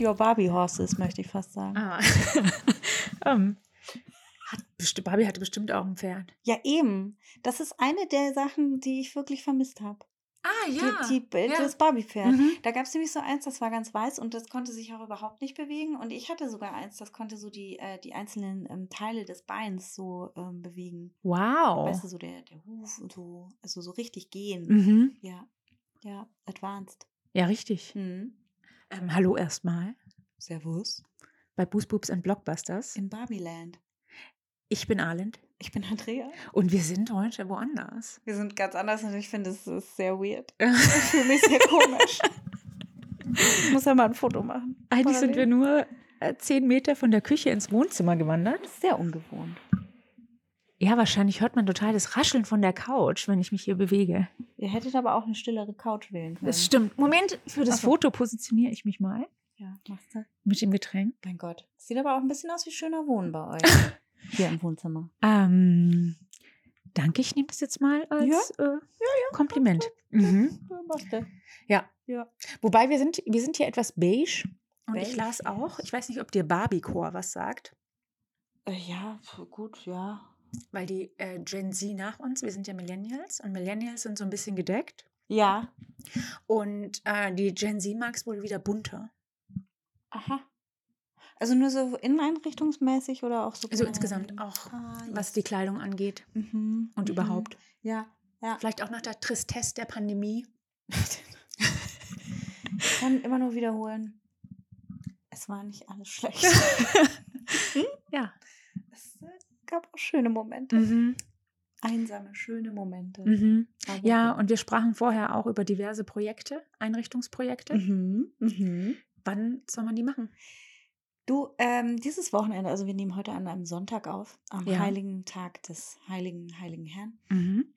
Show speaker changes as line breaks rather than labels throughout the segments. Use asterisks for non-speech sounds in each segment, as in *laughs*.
your Barbie Horses, möchte ich fast sagen. *laughs*
Ah. ähm, hat besti- Barbie hatte bestimmt auch ein Pferd.
Ja, eben. Das ist eine der Sachen, die ich wirklich vermisst habe.
Ah,
Die, die, äh, Das Barbie-Pferd.
Mhm.
Da gab es nämlich so eins, das war ganz weiß und das konnte sich auch überhaupt nicht bewegen. Und ich hatte sogar eins, das konnte so die, äh, die einzelnen ähm, Teile des Beins so ähm, bewegen.
Wow.
Weißt du, so der, der Huf und so, also so richtig gehen.
Mhm.
Ja, ja, advanced.
Ja, richtig.
Hm.
Ähm, hallo erstmal
Servus.
bei Boos Boobs and Blockbusters.
In Barbieland.
Ich bin Arlind
Ich bin Andrea.
und wir sind heute woanders. *laughs*
Wir sind ganz anders und ich finde, es ist sehr weird. Ich
Eigentlich
fühle mich sehr komisch. *laughs* ich muss ja mal ein Foto machen.
sind wir nur äh, zehn Meter von der Küche ins Wohnzimmer gewandert.
Das ist sehr ungewohnt.
Ja, wahrscheinlich hört man total das Rascheln von der Couch, wenn ich mich hier bewege.
Ihr hättet aber auch eine stillere Couch wählen können.
Das stimmt. Moment, für das
Ach so.
Foto positioniere ich mich mal
Ja, machst du.
mit dem Getränk.
Mein Gott. Sieht aber auch ein bisschen aus wie schöner Wohnen bei euch. *laughs* Hier im Wohnzimmer.
Ähm, danke, ich nehme das jetzt mal als äh, Kompliment. Mhm.
Ja, machst du.
Wobei wir sind, wir sind hier etwas beige. Und ich
Beige,
las
ja.
auch, ich weiß nicht, ob dir Barbie-Core was sagt,
Äh, Ja, pf, gut, ja.
weil die äh, Gen Z nach uns, wir sind ja Millennials und Millennials sind so ein bisschen gedeckt.
Ja.
Und äh, die Gen Z mag es wohl wieder bunter.
Aha. Also nur so inneneinrichtungsmäßig oder auch so?
Also
generell?
insgesamt auch,
Ah,
was
yes.
die Kleidung angeht
Mhm,
und
mhm.
überhaupt.
Ja, ja.
Vielleicht auch nach der Tristesse der Pandemie.
Ich kann immer nur wiederholen. Es war nicht alles *laughs* schlecht.
*laughs* Ja.
es gab auch schöne Momente.
Mhm.
Einsame, schöne Momente.
Mhm.
Aber
Ja,
gut.
und wir sprachen vorher auch über diverse Projekte, Einrichtungsprojekte.
Mhm, mhm.
Wann soll man die machen?
Du, ähm, dieses Wochenende, also wir nehmen heute an einem Sonntag auf, am
Ja.
heiligen Tag des heiligen, heiligen Herrn.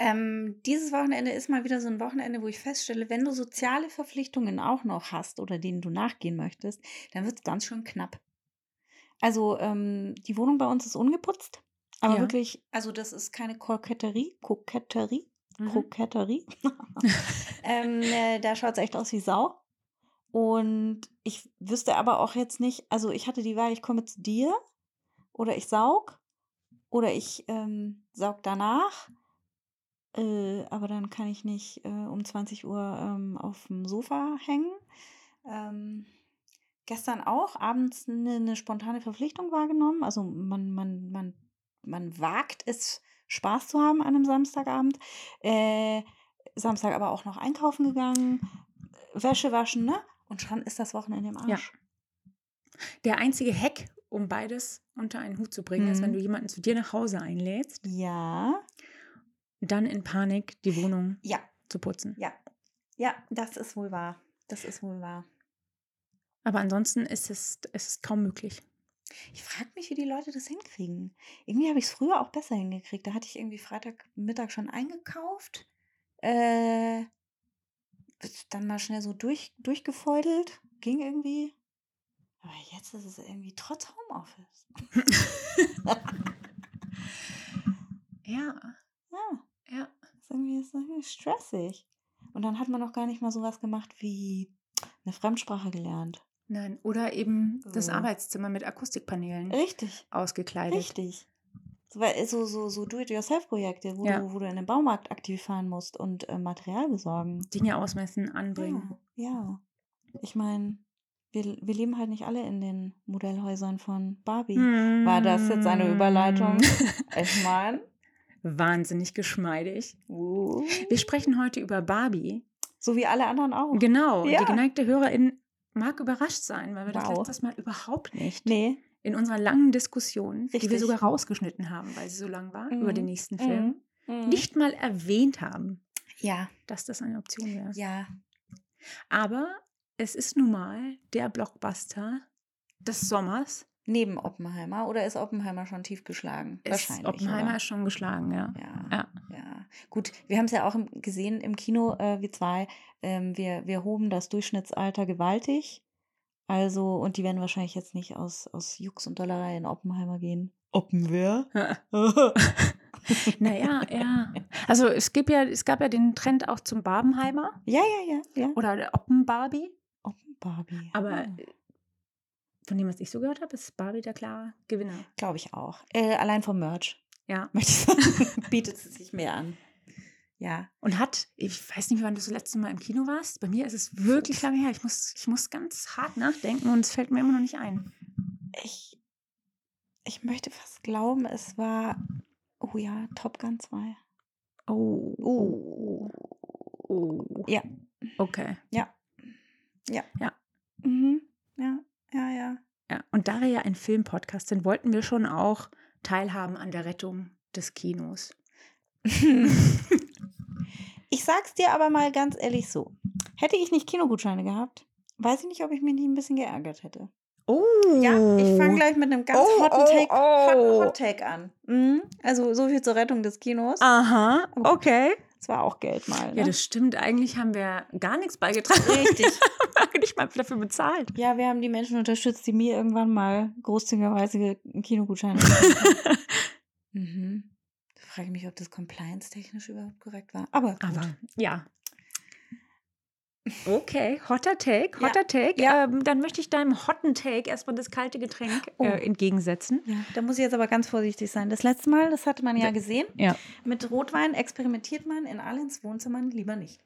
Ähm, dieses Wochenende ist mal wieder so ein Wochenende, wo ich feststelle, wenn du soziale Verpflichtungen auch noch hast oder denen du nachgehen möchtest, dann wird es ganz schön knapp. Also ähm, die Wohnung bei uns ist ungeputzt, aber
Ja.
wirklich, also das ist keine Koketterie, Koketterie,
Mhm.
Mhm. Koketterie. ähm, äh, da schaut es echt aus wie Sau. Und ich wüsste aber auch jetzt nicht, also ich hatte die Wahl, ich komme zu dir oder ich saug oder ich ähm, saug danach. Äh, aber dann kann ich nicht äh, um 20 Uhr ähm, auf dem Sofa hängen. Ähm, gestern auch abends eine, eine spontane Verpflichtung wahrgenommen. Also man, man, man, man wagt es, Spaß zu haben an einem Samstagabend. Äh, Samstag aber auch noch einkaufen gegangen, Wäsche waschen, ne? Und schon ist das Wochenende im
Ja.
Arsch.
Der einzige Hack, um beides unter einen Hut zu bringen, ist,
Mhm.
wenn du jemanden zu dir nach Hause einlädst,
Ja.
dann in Panik die Wohnung
Ja,
zu putzen.
ja. Ja, das ist wohl wahr. Das ist wohl wahr.
Aber ansonsten ist es, es ist kaum möglich.
Ich frage mich, wie die Leute das hinkriegen. Irgendwie habe ich es früher auch besser hingekriegt. Da hatte ich irgendwie Freitagmittag schon eingekauft. Äh, dann mal schnell so durch, durchgefeudelt. Ging irgendwie. Aber jetzt ist es irgendwie trotz Homeoffice.
Ja,
Ja.
ja.
Ist irgendwie, ist irgendwie stressig. Und dann hat man noch gar nicht mal sowas gemacht wie eine Fremdsprache gelernt.
Nein. Oder eben das
So.
Arbeitszimmer mit Akustikpaneelen
Richtig,
ausgekleidet.
richtig. So, weil- so, so, so Do-it-yourself-Projekte, wo,
Ja.
du, wo du in den Baumarkt aktiv fahren musst und äh, Material besorgen.
Dinge ausmessen, anbringen.
Ja, ja. Ich meine, wir, wir leben halt nicht alle in den Modellhäusern von Barbie.
Hm.
War das jetzt eine Überleitung? Ich
Hm.
meine,
*laughs* Wahnsinnig geschmeidig.
uh,
Wir sprechen heute über Barbie.
so wie alle anderen auch.
Genau,
Oh. Ja.
die geneigte Hörerin mag überrascht sein, weil wir das
Wow.
letztes Mal überhaupt nicht
Nee,
in unserer langen Diskussion, die wir
Richtig.
sogar rausgeschnitten haben, weil sie so lang war,
Mhm.
über den nächsten Film,
Mhm.
nicht mal erwähnt haben,
Ja,
dass das eine Option wäre.
Mhm. ja.
Aber es ist nun mal der Blockbuster des Sommers.
Neben Oppenheimer oder ist Oppenheimer schon tief geschlagen?
Ist Oppenheimer ist schon geschlagen,
*laughs*
ja.
oder? Ja,
Ja.
ja. Gut, wir haben es ja auch im, gesehen im Kino, äh, wir zwei. Ähm, wir, wir hoben das Durchschnittsalter gewaltig. Also, und die werden wahrscheinlich jetzt nicht aus, aus Jux und Dollerei in Oppenheimer gehen. Oppenwer?
naja, ja. Also es gibt ja, es gab ja den Trend auch zum Barbenheimer
ja, ja, ja, ja.
oder der Oppen Barbie.
Oppen- Barbie.
Aber
Hm.
von dem, was ich so gehört habe, ist Barbie der klare Gewinner.
glaube ich auch. Äh, allein vom Merch.
Ja.
*laughs* Möchte ich sagen. Bietet sie sich mehr an. Ja.
Und hat, ich weiß nicht, wann du das letzte Mal im Kino warst. Bei mir ist es wirklich lange her. Ich muss, ich muss ganz hart nachdenken und es fällt mir immer noch nicht ein.
Ich, ich möchte fast glauben, es war. Oh ja, Top Gun 2.
Oh.
Oh.
oh.
Ja.
Okay.
Ja.
Ja.
Mhm. Ja, ja, ja. *laughs*
Ja. Und da wir ja ein Filmpodcast sind, wollten wir schon auch teilhaben an der Rettung des Kinos.
Ich sag's dir aber mal ganz ehrlich so. Hätte ich nicht Kinogutscheine gehabt, weiß ich nicht, ob ich mich nicht ein bisschen geärgert hätte.
*laughs* Oh.
Ja, ich fange gleich mit einem ganz
Oh,
hotten
oh,
Take,
oh.
Hotten Hot Take an. Mhm. Also so viel zur Rettung des Kinos.
Aha,
Aber gut.
okay.
Ah. Das war auch Geld mal. Ne?
Ja, das stimmt. Eigentlich haben wir gar nichts beigetragen.
Richtig.
*laughs* nicht mal dafür bezahlt.
Ja, wir haben die Menschen unterstützt, die mir irgendwann mal großzügigerweise
*laughs*
ge- Kinogutscheine gegeben haben. *laughs* mhm. Da frage ich mich, ob das compliance-technisch überhaupt korrekt war. Aber, gut.
Aber ja. Okay, hotter Take,
Ja,
hotter Take.
ja.
Ähm, dann möchte ich deinem hotten Take erstmal das kalte Getränk
Oh.
äh, entgegensetzen.
Ja, da muss ich jetzt aber ganz vorsichtig sein. Das letzte Mal, das hatte man ja
Ja.
gesehen,
Ja.
mit Rotwein experimentiert man in Allens Wohnzimmern lieber nicht.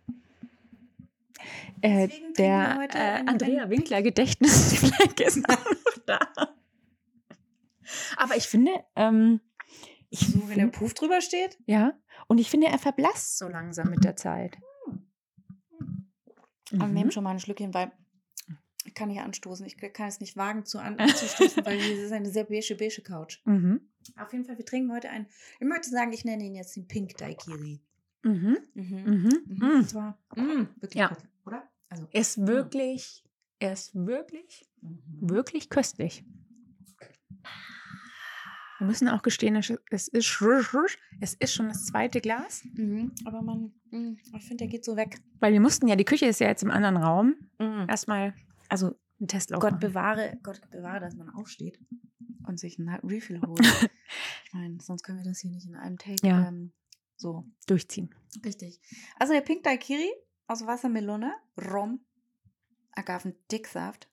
Äh,
Deswegen trinken wir
der
heute
äh,
einen-
Andrea
einen-
Winkler *laughs* Gedächtnisfleck ist auch noch da. Aber ich finde, ähm, ich
So, wenn der
finde,
Puff drüber steht.
ja, und ich finde, er verblasst so langsam mit der Zeit.
Aber wir
Mhm.
nehmen schon mal ein Schlückchen, weil ich kann nicht anstoßen. Ich kann es nicht wagen zu an, anzustoßen, weil es ist eine sehr beige, beige Couch.
Mhm.
Auf jeden Fall, wir trinken heute einen, ich möchte sagen, ich nenne ihn jetzt den Pink Daikiri.
Mhm.
Mhm.
Mhm.
Mhm.
Mhm.
Und zwar, mh, wirklich
Ja.
köstlich, oder? Also,
Er ist wirklich, er ist wirklich,
mhm.
wirklich köstlich. Wir müssen auch gestehen, es es ist, sch- sch- es ist schon das zweite Glas,
mhm. aber man, mh, ich finde, der geht so weg.
weil wir mussten ja, die Küche ist ja jetzt im anderen Raum, erstmal
Also,
einen Testlauf
Gott
Mhm. machen.
bewahre, Gott bewahre, dass man aufsteht und sich einen Refill
*laughs*
holt. ich meine, sonst können wir das hier nicht in einem Take.
Ja.
Ähm, so,
durchziehen.
richtig. Also der Pink Daikiri aus Wassermelone, Rum,
*laughs*
Agavendicksaft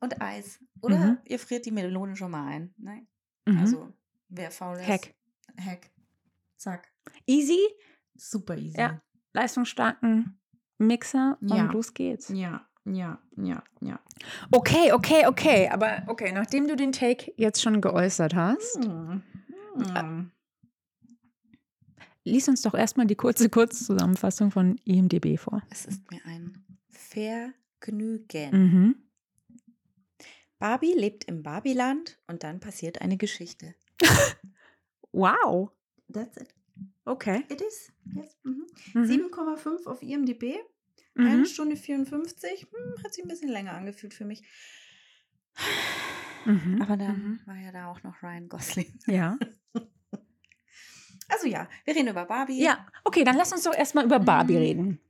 und Eis. Oder
Mhm.
ihr friert die Melone schon mal ein. Ne?
Mhm.
Also wer faul ist.
Hack.
Hack. Zack.
Easy,
Super easy.
Ja. leistungsstarken Mixer und
Ja.
los geht's.
ja, ja, ja, ja.
Okay, okay, okay. Aber okay, nachdem du den Take jetzt schon geäußert hast,
Mm. Mm.
lies uns doch erstmal die kurze *laughs* Kurzzusammenfassung von IMDB vor.
Es ist mir ein Vergnügen.
Mhm.
Barbie lebt im Barbiland und dann passiert eine Geschichte.
Wow.
That's it.
Okay.
It is. Yes. Mhm.
Mhm.
7,5 auf IMDb. Eine
Mhm.
Stunde 54. Hm, hat sich ein bisschen länger angefühlt für mich.
Mhm.
Aber dann
Mhm.
war ja da auch noch Ryan Gosling.
Ja.
Also ja, wir reden über Barbie.
Ja, okay, dann lass uns doch erstmal über Barbie
Mhm.
reden.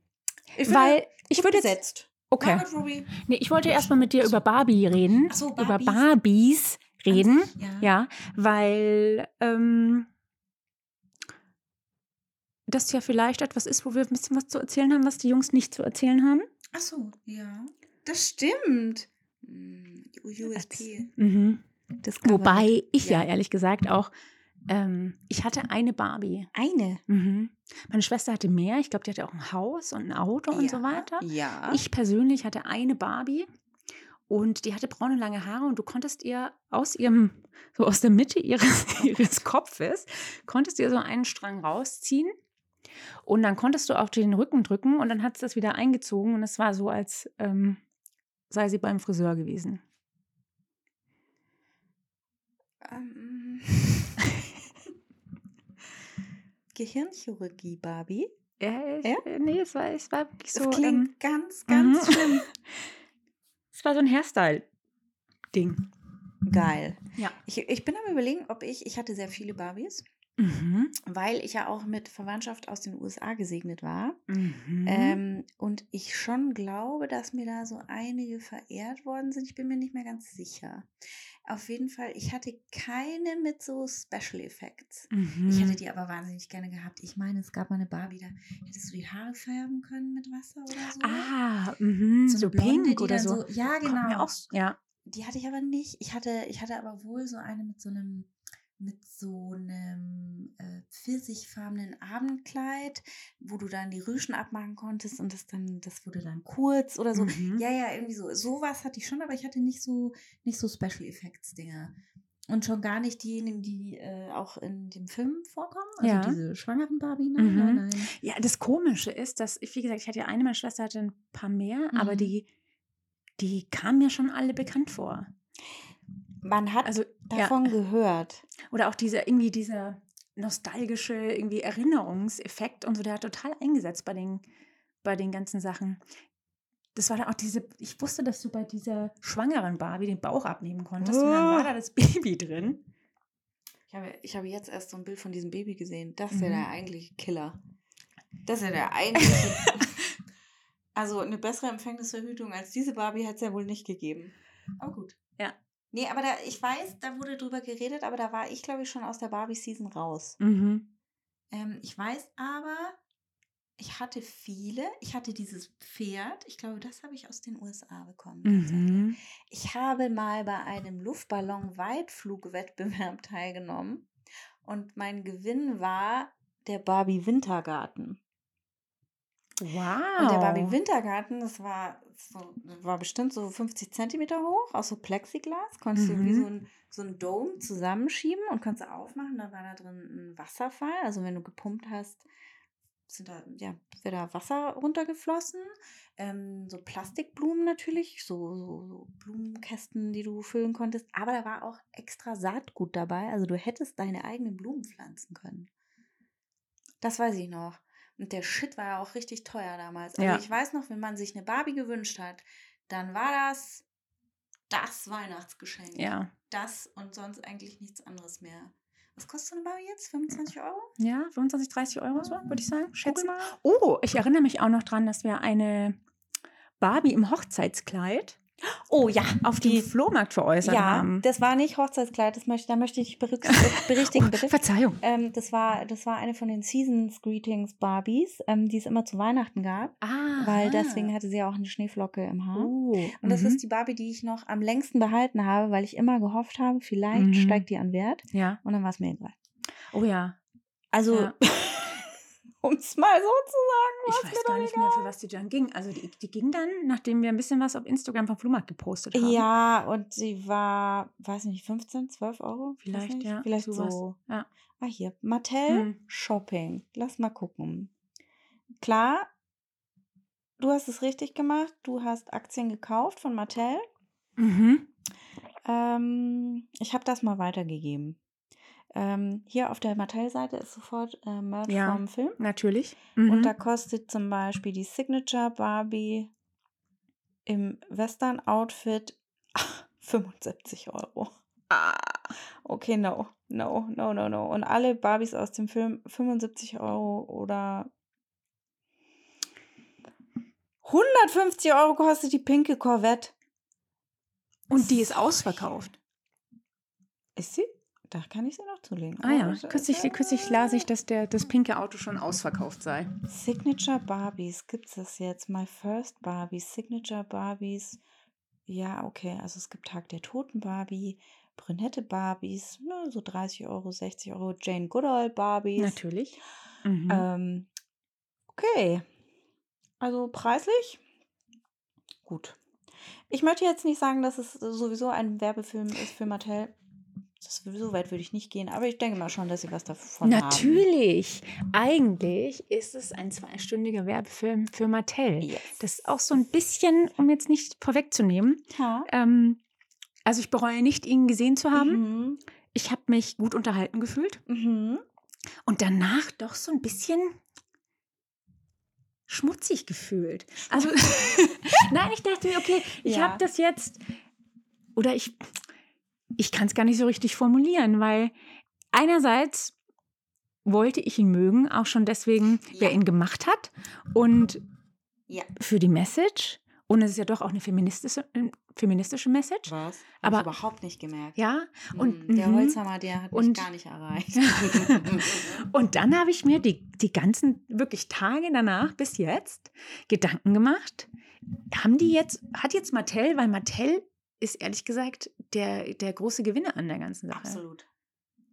ich
Weil ich würde jetzt.
besetzt.
Okay.
Margot Robbie.
Nee, ich wollte erstmal mit dir über Barbie reden.
Ach so,
Über
Barbies.
Barbies reden.
An sich, Ja.
Ja, weil ähm, das ja vielleicht etwas ist, wo wir ein bisschen was zu erzählen haben, was die Jungs nicht zu erzählen haben.
Ach so, ja. Das stimmt. Hm, USP.
Mhm.
Discovery.
Wobei ich ja.
Ja.
ehrlich gesagt auch, ähm, ich hatte eine Barbie.
eine
Mhm. Meine Schwester hatte mehr. Ich glaube, die hatte auch ein Haus und ein Auto und so weiter.
Ja.
Ich persönlich hatte eine Barbie und die hatte braune lange Haare und du konntest ihr aus ihrem, so aus der Mitte ihres, *laughs* ihres Kopfes, konntest ihr so einen Strang rausziehen und dann konntest du auf den Rücken drücken und dann hat sie das wieder eingezogen und es war so, als ähm, sei sie beim Friseur gewesen.
Ähm. *laughs* Gehirnchirurgie, Barbie.
Ja, ich, äh,
Ja?
nee, es war, es war wirklich
Das
so,
klingt
ähm,
ganz, ganz
mhm.
schlimm.
es war so ein Hairstyle-Ding.
Geil.
Ja.
Ich, ich bin am überlegen, ob ich, ich hatte sehr viele Barbies.
Mhm.
weil ich ja auch mit Verwandtschaft aus den USA gesegnet war.
Mhm.
Ähm, und ich schon glaube, dass mir da so einige verehrt worden sind. Ich bin mir nicht mehr ganz sicher. Auf jeden Fall, ich hatte keine mit so Special Effects.
Mhm.
Ich hätte die aber wahnsinnig gerne gehabt. Ich meine, es gab mal eine Barbie, da hättest du die Haare färben können mit Wasser oder so.
Ah, mhm,
So
so,
eine Blonde,
pink
die
oder
dann
so.
Ja,
Kommt mir
genau.
auch, ja.
Die hatte ich aber nicht. Ich hatte, ich hatte aber wohl so eine mit so einem, mit so einem äh, pfirsichfarbenen Abendkleid, wo du dann die Rüschen abmachen konntest und das dann, das wurde dann kurz oder so.
Mhm.
Ja, ja, irgendwie so. Sowas hatte ich schon, aber ich hatte nicht so, nicht so Special Effects Dinger. Und schon gar nicht diejenigen, die äh, auch in dem Film vorkommen. Also
Ja.
diese schwangeren Barbie. Nein,
Mhm.
nein, nein.
Ja, das Komische ist, dass ich, wie gesagt, ich hatte ja eine, meine Schwester hatte ein paar mehr,
Mhm.
aber die, die kamen mir schon alle bekannt vor.
Man hat
Also, ja.
davon gehört.
Oder auch dieser, irgendwie dieser nostalgische irgendwie Erinnerungseffekt und so, der hat total eingesetzt bei den, bei den ganzen Sachen. Das war dann auch diese, ich wusste, dass du bei dieser schwangeren Barbie den Bauch abnehmen konntest und dann
Oh.
war da das *laughs* Baby drin.
Ich habe, ich habe jetzt erst so ein Bild von diesem Baby gesehen. Das
Mhm.
ist ja der eigentliche Killer. Das ist ja der *laughs* eigentliche. also eine bessere Empfängnisverhütung als diese Barbie hätte es ja wohl nicht gegeben. Aber gut.
Ja.
Nee, aber da, ich weiß, da wurde drüber geredet, aber da war ich, glaube ich, schon aus der Barbie-Season raus.
Mhm.
Ähm, ich weiß aber, ich hatte viele. Ich hatte dieses Pferd. Ich glaube, das habe ich aus den USA bekommen.
Mhm.
Ich habe mal bei einem Luftballon-Weitflugwettbewerb *laughs* teilgenommen und mein Gewinn war der Barbie Wintergarten.
Wow.
Und der Barbie Wintergarten, das war, so, war bestimmt so 50 Zentimeter hoch, aus so Plexiglas. Konntest du
Mhm.
wie so ein, so ein Dome zusammenschieben und konntest du aufmachen. Da war da drin ein Wasserfall. Also wenn du gepumpt hast, sind da, ja, wäre da Wasser runtergeflossen. Ähm, so Plastikblumen natürlich, so, so, so Blumenkästen, die du füllen konntest. Aber da war auch extra Saatgut dabei. Also du hättest deine eigenen Blumen pflanzen können. Das weiß ich noch. Und der Shit war ja auch richtig teuer damals. Also
Ja.
ich weiß noch, wenn man sich eine Barbie gewünscht hat, dann war das das Weihnachtsgeschenk.
Ja.
Das und sonst eigentlich nichts anderes mehr. Was kostet so eine Barbie jetzt?
Hm.
25 Euro?
Ja, 25, 30 Euro so, würde ich sagen. Schätz mal. Oh, ich erinnere mich auch noch dran, dass wir eine Barbie im Hochzeitskleid
Oh ja,
auf dem Flohmarkt veräußert
Ja,
haben.
das war nicht Hochzeitskleid, das möchte, da möchte ich
*laughs*
dich berücks- berichtigen, bitte.
Oh, Verzeihung.
Ähm, das, war, das war eine von den Seasons Greetings Barbies, ähm, die es immer zu Weihnachten gab,
Ah.
weil deswegen hatte sie ja auch eine Schneeflocke im Haar.
Oh.
Und das
mhm.
ist die Barbie, die ich noch am längsten behalten habe, weil ich immer gehofft habe, vielleicht
Mhm.
steigt die an Wert.
Ja.
Und dann war es mir egal.
Oh ja.
Also,
Ja.
*laughs* um es mal so zu
Ich weiß gar nicht mehr, für was die dann ging. Also die, die ging dann, nachdem wir ein bisschen was auf Instagram vom Flohmarkt gepostet haben.
Ja, und sie war, weiß nicht, 15, 12 Euro?
Vielleicht,
Weiß nicht,
ja,
Vielleicht
sowas.
so.
Ja.
Ah, hier. Mattel
Hm.
Shopping. Lass mal gucken. Klar, du hast es richtig gemacht. Du hast Aktien gekauft von Mattel.
Mhm.
Ähm, ich habe das mal weitergegeben. Ähm, hier auf der Mattel-Seite ist sofort äh, Merch
Ja.
vom Film.
Natürlich. Mhm.
Und da kostet zum Beispiel die Signature Barbie im Western-Outfit *laughs* 75 Euro.
Ah.
Okay, no, no, no, no, no. Und alle Barbies aus dem Film 75 Euro oder 150 Euro kostet die pinke Corvette.
Und die ist ausverkauft.
Ist sie? Da kann ich sie noch zulegen.
Ah ja,
Aber Oh, das-
kürzlich, kürzlich las ich, dass der, das pinke Auto schon ausverkauft sei.
Signature Barbies, gibt's das jetzt? My First Barbie, Signature Barbies. Ja, okay, also es gibt Tag der Toten Barbie, Brünette Barbies, ne, so 30 Euro, 60 Euro, Jane Goodall Barbies.
Natürlich. Mhm.
Ähm, okay, also preislich gut. Ich möchte jetzt nicht sagen, dass es sowieso ein Werbefilm ist für Mattel. Das, so weit würde ich nicht gehen, aber ich denke mal schon, dass sie was davon haben.
Natürlich. Eigentlich ist es ein zweistündiger Werbefilm für Mattel.
Yes.
Das ist auch so ein bisschen, um jetzt nicht vorwegzunehmen.
ja.
Ähm, also ich bereue nicht, ihn gesehen zu haben.
Mhm.
Ich habe mich gut unterhalten gefühlt.
Mhm.
Und danach doch so ein bisschen schmutzig gefühlt. Also *laughs* nein, ich dachte mir, okay, ich
Ja.
habe das jetzt oder ich ich kann es gar nicht so richtig formulieren, weil einerseits wollte ich ihn mögen, auch schon deswegen, wer ihn gemacht hat und
Ja.
für die Message. Und es ist ja doch auch eine feministische, äh, feministische Message.
Was?
Aber-
Aber überhaupt nicht gemerkt.
Ja, und
Hm, der
mhm.
Holzhammer, der hat
Und-
mich gar
*laughs*
nicht erreicht. *laughs*
Und dann habe ich mir die, die ganzen wirklich Tage danach bis jetzt Gedanken gemacht. Haben die jetzt, hat jetzt Mattel, weil Mattel ist ehrlich gesagt der, der große Gewinner an der ganzen Sache.
absolut.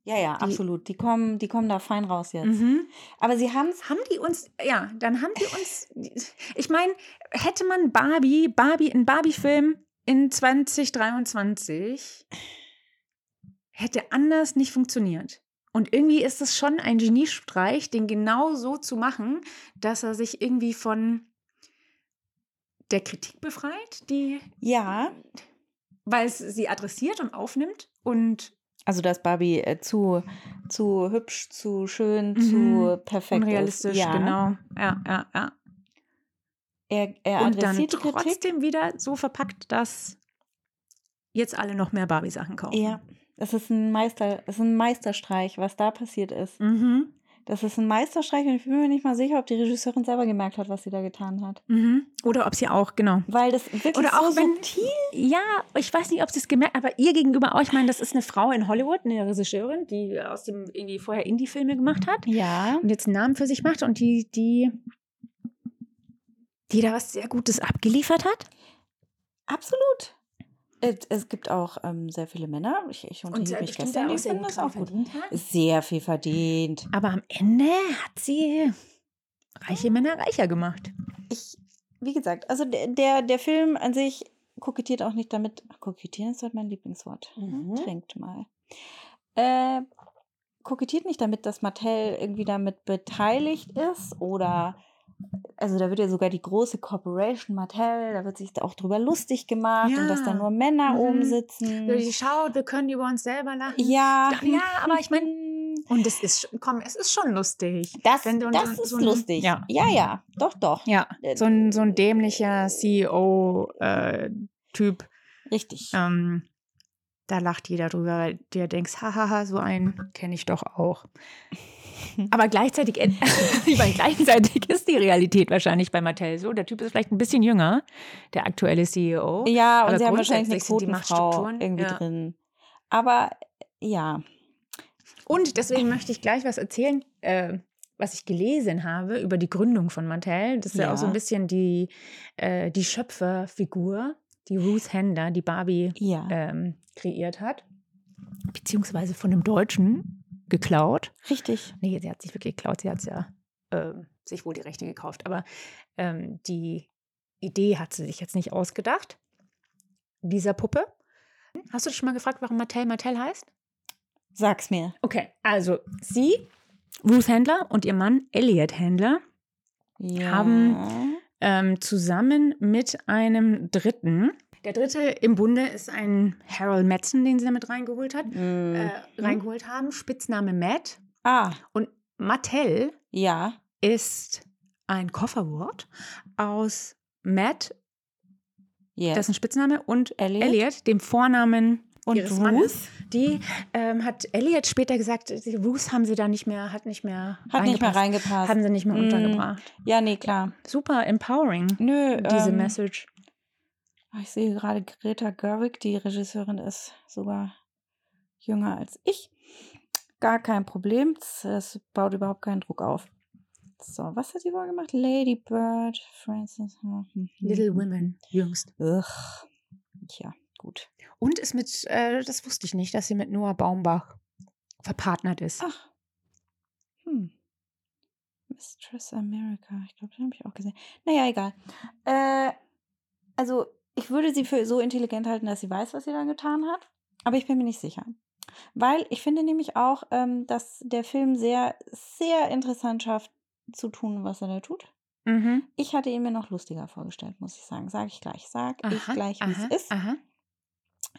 Ja, ja,
Die-
absolut. Die kommen, die kommen da fein raus jetzt.
Mhm.
Aber sie haben es.
Haben die uns, ja, dann haben die uns, ich meine, hätte man Barbie, Barbie, in Barbie-Film in 2023 hätte anders nicht funktioniert. Und irgendwie ist es schon ein Geniestreich, den genau so zu machen, dass er sich irgendwie von der Kritik befreit, die,
Ja.
weil es sie adressiert und aufnimmt und
Also, dass Barbie äh, zu, zu hübsch, zu schön,
Mhm.
zu perfekt
unrealistisch,
ist. Ja.
genau. Ja, ja, ja.
Er, er
und dann
adressiert die Kritik.
trotzdem wieder so verpackt, dass jetzt alle noch mehr Barbie-Sachen kaufen.
Ja, das ist ein Meister, das ist ein Meisterstreich, was da passiert ist.
Mhm.
Das ist ein Meisterstreich und ich bin mir nicht mal sicher, ob die Regisseurin selber gemerkt hat, was sie da getan hat.
Mhm. Oder ob sie auch, genau.
Weil das wirklich
Oder auch
so
wenn-
subtil.
Ja, ich weiß nicht, ob sie es gemerkt aber ihr gegenüber auch, ich meine, das ist eine Frau in Hollywood, eine Regisseurin, die aus dem irgendwie vorher Indie-Filme gemacht hat
Ja.
und jetzt einen Namen für sich macht und die, die, die da was sehr Gutes abgeliefert hat.
Absolut. Es, es gibt auch ähm, sehr viele Männer. Ich, ich unterhielt mich gestern. Die finden das auch gut. Sehr viel verdient.
Aber am Ende hat sie reiche Männer reicher gemacht.
Ich, wie gesagt, also der, der, der Film an sich kokettiert auch nicht damit. Ach, kokettieren ist heute mein Lieblingswort. ne?
Mhm.
Trinkt mal. Äh, kokettiert nicht damit, dass Mattel irgendwie damit beteiligt ist oder also da wird ja sogar die große Corporation Mattel, da wird sich auch drüber lustig gemacht
Ja.
und dass da nur Männer
Mhm.
oben sitzen.
Die schaut, wir können über uns selber lachen.
Ja.
Ja, aber ich meine.
Hm.
Und es ist, schon- komm, es ist schon lustig.
Das,
Wenn du
das
so-
ist
so ein-
lustig.
ja.
Ja. ja, doch, doch.
Ja,
Äh,
so ein, so ein dämlicher E CEO-Typ.
Richtig.
äh, ähm, da lacht jeder drüber, weil du ja denkst, hahaha, so einen kenne ich doch auch. Aber gleichzeitig, *laughs* ich meine, gleichzeitig ist die Realität wahrscheinlich bei Mattel so. Der Typ ist vielleicht ein bisschen jünger, der aktuelle E CEO.
Ja, und
aber
sie haben wahrscheinlich
grundsätzlich
eine
sind die
Quotenfrau
Machtstrukturen,
irgendwie
ja.
drin. Aber ja,
Und deswegen möchte ich gleich was erzählen, äh, was ich gelesen habe über die Gründung von Mattel. Das ist ja,
Ja.
auch so ein bisschen die, äh, die Schöpferfigur, die Ruth Handler, die Barbie
ja,
ähm, kreiert hat, beziehungsweise von einem Deutschen geklaut.
richtig.
Nee, sie hat sich wirklich geklaut, sie hat es ja ähm, sich wohl die Rechte gekauft, aber ähm, die Idee hat sie sich jetzt nicht ausgedacht, dieser Puppe. Hast du dich schon mal gefragt, warum Mattel Mattel heißt?
Sag's mir.
Okay, also sie, Ruth Handler und ihr Mann Elliot Handler,
Ja.
Haben- ähm, zusammen mit einem Dritten. Der Dritte im Bunde ist ein Harold Madsen, den sie damit reingeholt hat,
Mm.
äh, reingeholt haben. Spitzname Matt.
ah,
Und Mattel
ja.
ist ein Kofferwort aus Matt,
Yes.
dessen Spitzname, und
Elliot?
Elliot, dem Vornamen
und
ihres Mannes.
Ruth
Die ähm, hat Elliot später gesagt, sie- Ruth haben sie da nicht mehr, hat nicht mehr
hat nicht mehr
reingepasst.
reingepasst.
Haben sie nicht mehr
Mm.
untergebracht.
ja, nee, klar.
Super empowering,
Nö,
diese
ähm,
Message.
Ah, Ich sehe gerade Greta Gerwig, die Regisseurin ist sogar jünger als ich. Gar kein Problem, das- das baut überhaupt keinen Druck auf. So, was hat sie wohl gemacht? Lady Bird, Frances. hm, hm, hm.
Little Women, jüngst.
Ugh. Tja, gut.
Und ist mit, äh, das wusste ich nicht, dass sie mit Noah Baumbach verpartnert ist.
Ach. Hm. Mistress America. Ich glaube, den habe ich auch gesehen. Naja, egal. Äh, also, ich würde sie für so intelligent halten, dass sie weiß, was sie da getan hat. Aber ich bin mir nicht sicher. Weil ich finde nämlich auch, ähm, dass der Film sehr, sehr interessant schafft, zu tun, was er da tut.
Mhm.
Ich hatte ihn mir noch lustiger vorgestellt, muss ich sagen. Sag ich gleich. Sag ich
Aha,
gleich, wie
aha,
es ist.
Aha.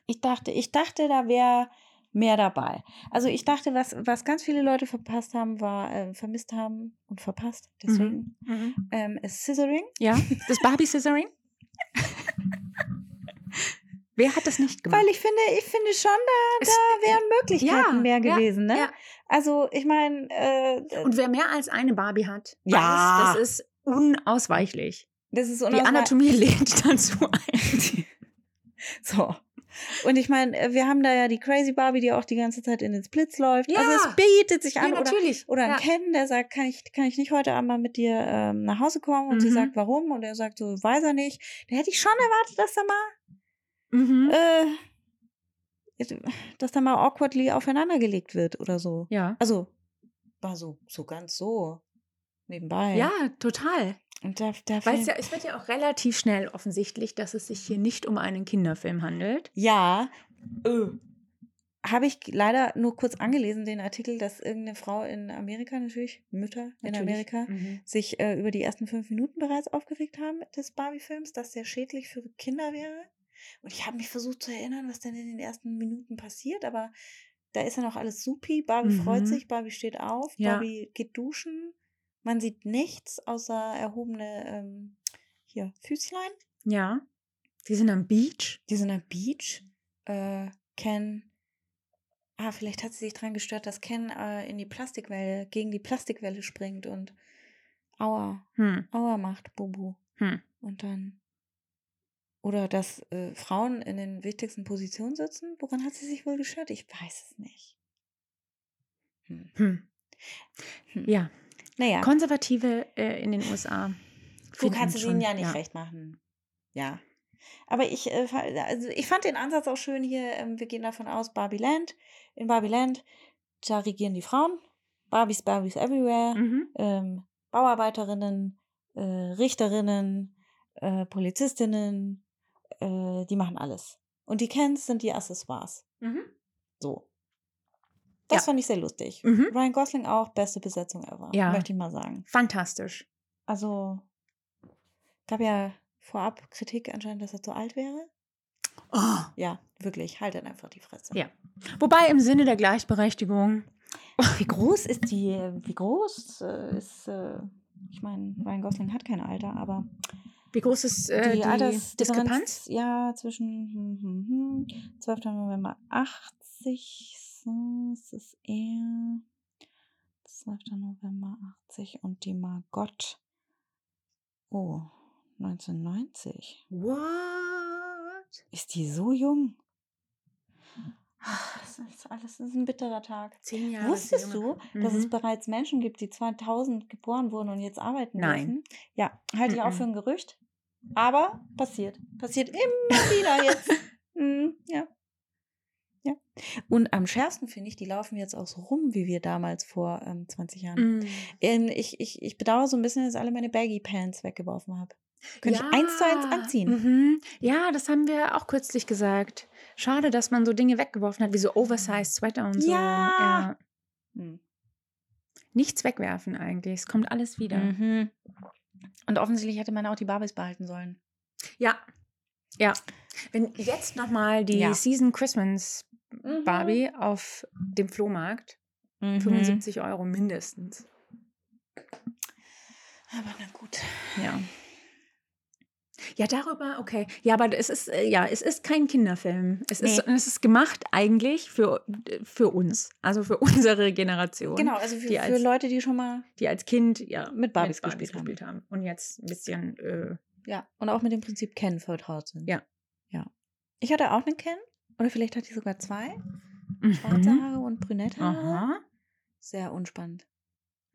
Ich dachte, ich dachte, da wäre mehr dabei. Also ich dachte, was, was ganz viele Leute verpasst haben, war, äh, vermisst haben und verpasst,
Mhm.
deswegen, ähm, ist Scissoring.
Ja, das Barbie *laughs* Scissoring. Wer hat das nicht gemacht?
Weil ich finde, ich finde schon, da,
Genau. Es-
da wären Möglichkeiten
ja,
mehr
ja,
gewesen. ne?
ja.
Also ich meine, äh,
Und wer mehr als eine Barbie hat,
Ja.
weiß, das ist unausweichlich.
das ist
Die
unausweichlich.
Anatomie *laughs* lädt dazu ein.
*laughs* So. Und ich meine, äh, wir haben da ja die Crazy Barbie, die auch die ganze Zeit in den Splits läuft.
Ja.
Also es bietet sich an. oder
natürlich.
oder ein
ja.
Ken, der sagt, kann ich, kann ich nicht heute Abend mal mit dir ähm, nach Hause kommen? Und sie
Mhm.
sagt, warum? Und er sagt so, weiß er nicht. Da hätte ich schon erwartet, dass da
Mhm.
mal, äh, dass da mal awkwardly aufeinandergelegt wird oder so.
Ja.
Also, war so, so ganz so. Nebenbei.
ja, total.
Und da, da
Weil
fehlen-
es ja, es wird ja auch relativ schnell offensichtlich, dass es sich hier nicht um einen Kinderfilm handelt.
Ja. Oh, Habe ich leider nur kurz angelesen, den Artikel, dass irgendeine Frau in Amerika natürlich, Mütter in
Natürlich.
Amerika,
Mhm.
sich äh, über die ersten fünf Minuten bereits aufgeregt haben des Barbie-Films, dass der schädlich für Kinder wäre. Und ich habe mich versucht zu erinnern, was denn in den ersten Minuten passiert, aber da ist ja noch alles supi. Barbie
Mhm.
freut sich, Barbie steht auf,
Ja.
Barbie geht duschen. Man sieht nichts außer erhobene ähm, hier Füßlein.
Ja. Die sind am Beach.
Die sind am Beach. Äh, Ken. Ah, vielleicht hat sie sich dran gestört, dass Ken äh, in die Plastikwelle, gegen die Plastikwelle springt und Aua,
Hm.
Aua macht, Bubu.
Hm.
Und dann. Oder dass äh, Frauen in den wichtigsten Positionen sitzen. Woran hat sie sich wohl gestört? Ich weiß es nicht. Hm.
Hm.
Hm.
Ja.
Naja,
Konservative äh, in den USA.
du
finden
kannst es
schon-
ihnen ja nicht recht machen. Ja. Aber ich, äh, fa- also ich fand den Ansatz auch schön hier. Ähm, wir gehen davon aus, Barbie Land. In Barbie Land, da regieren die Frauen. Barbies, Barbies everywhere.
Mhm.
ähm, Bauarbeiterinnen, äh, Richterinnen, äh, Polizistinnen, äh, die machen alles. Und die Kens sind die Accessoires.
Mhm.
So. Das
Ja.
fand ich sehr lustig.
Mhm.
Ryan Gosling auch, beste Besetzung ever,
Ja.
möchte ich mal sagen.
Fantastisch.
Also, gab ja vorab Kritik anscheinend, dass er zu alt wäre.
Oh.
Ja, wirklich, haltet einfach die Fresse.
Ja. Wobei im Sinne der Gleichberechtigung.
Wie groß ist die, wie groß äh, ist, äh, ich meine, Ryan Gosling hat kein Alter, aber
Wie groß ist äh,
die,
die, Diskrepanz?
Altersdiskrepanz? Ja, zwischen hm, hm, hm, 12. November 80, so, es ist er. 12. November 80 und die Margot. Oh, 1990.
What?
Ist die so jung? Ah, Das ist alles das ist ein bitterer Tag.
Zehn Jahre.
Wusstest du, dass es
Mhm.
bereits Menschen gibt, die 2000 geboren wurden und jetzt arbeiten
Nein.
dürfen? Ja, halte ich auch
Mhm.
für ein Gerücht. Aber passiert. Passiert *laughs* immer wieder jetzt. Mhm, ja. ja. Und am schärfsten finde ich, die laufen jetzt auch so rum, wie wir damals vor ähm, 20 Jahren.
Mhm.
Ähm, ich, ich, ich bedauere so ein bisschen, dass alle meine Baggy Pants weggeworfen habe. Könnte
Ja.
ich eins zu eins anziehen.
Mhm. Ja, das haben wir auch kürzlich gesagt. Schade, dass man so Dinge weggeworfen hat, wie so Oversized Sweater und so.
Ja. Mhm.
Nichts wegwerfen eigentlich. Es kommt alles wieder.
Mhm. Und offensichtlich hätte man auch die Barbies behalten sollen.
Ja. Ja. Wenn jetzt nochmal die
Ja.
Season Christmas Barbie auf dem Flohmarkt.
Mhm.
75 Euro mindestens.
Aber na gut.
Ja. Ja, darüber, okay. Ja, aber es ist, äh, ja, es ist kein Kinderfilm. Es, ist, es ist gemacht eigentlich für, äh, für uns, also für *laughs* unsere Generation,
Genau, also für,
die
für
als-
Leute, die schon mal.
die als Kind ja,
Mit Barbies gespielt haben.
gespielt haben. Und jetzt ein bisschen, äh,
Ja, und auch mit dem Prinzip Ken vertraut sind.
Ja.
Ja. Ich hatte auch einen Ken. Oder vielleicht hatte ich sogar zwei. Schwarze
mhm.
Haare und brünette Haare.
Aha.
Sehr unspannend.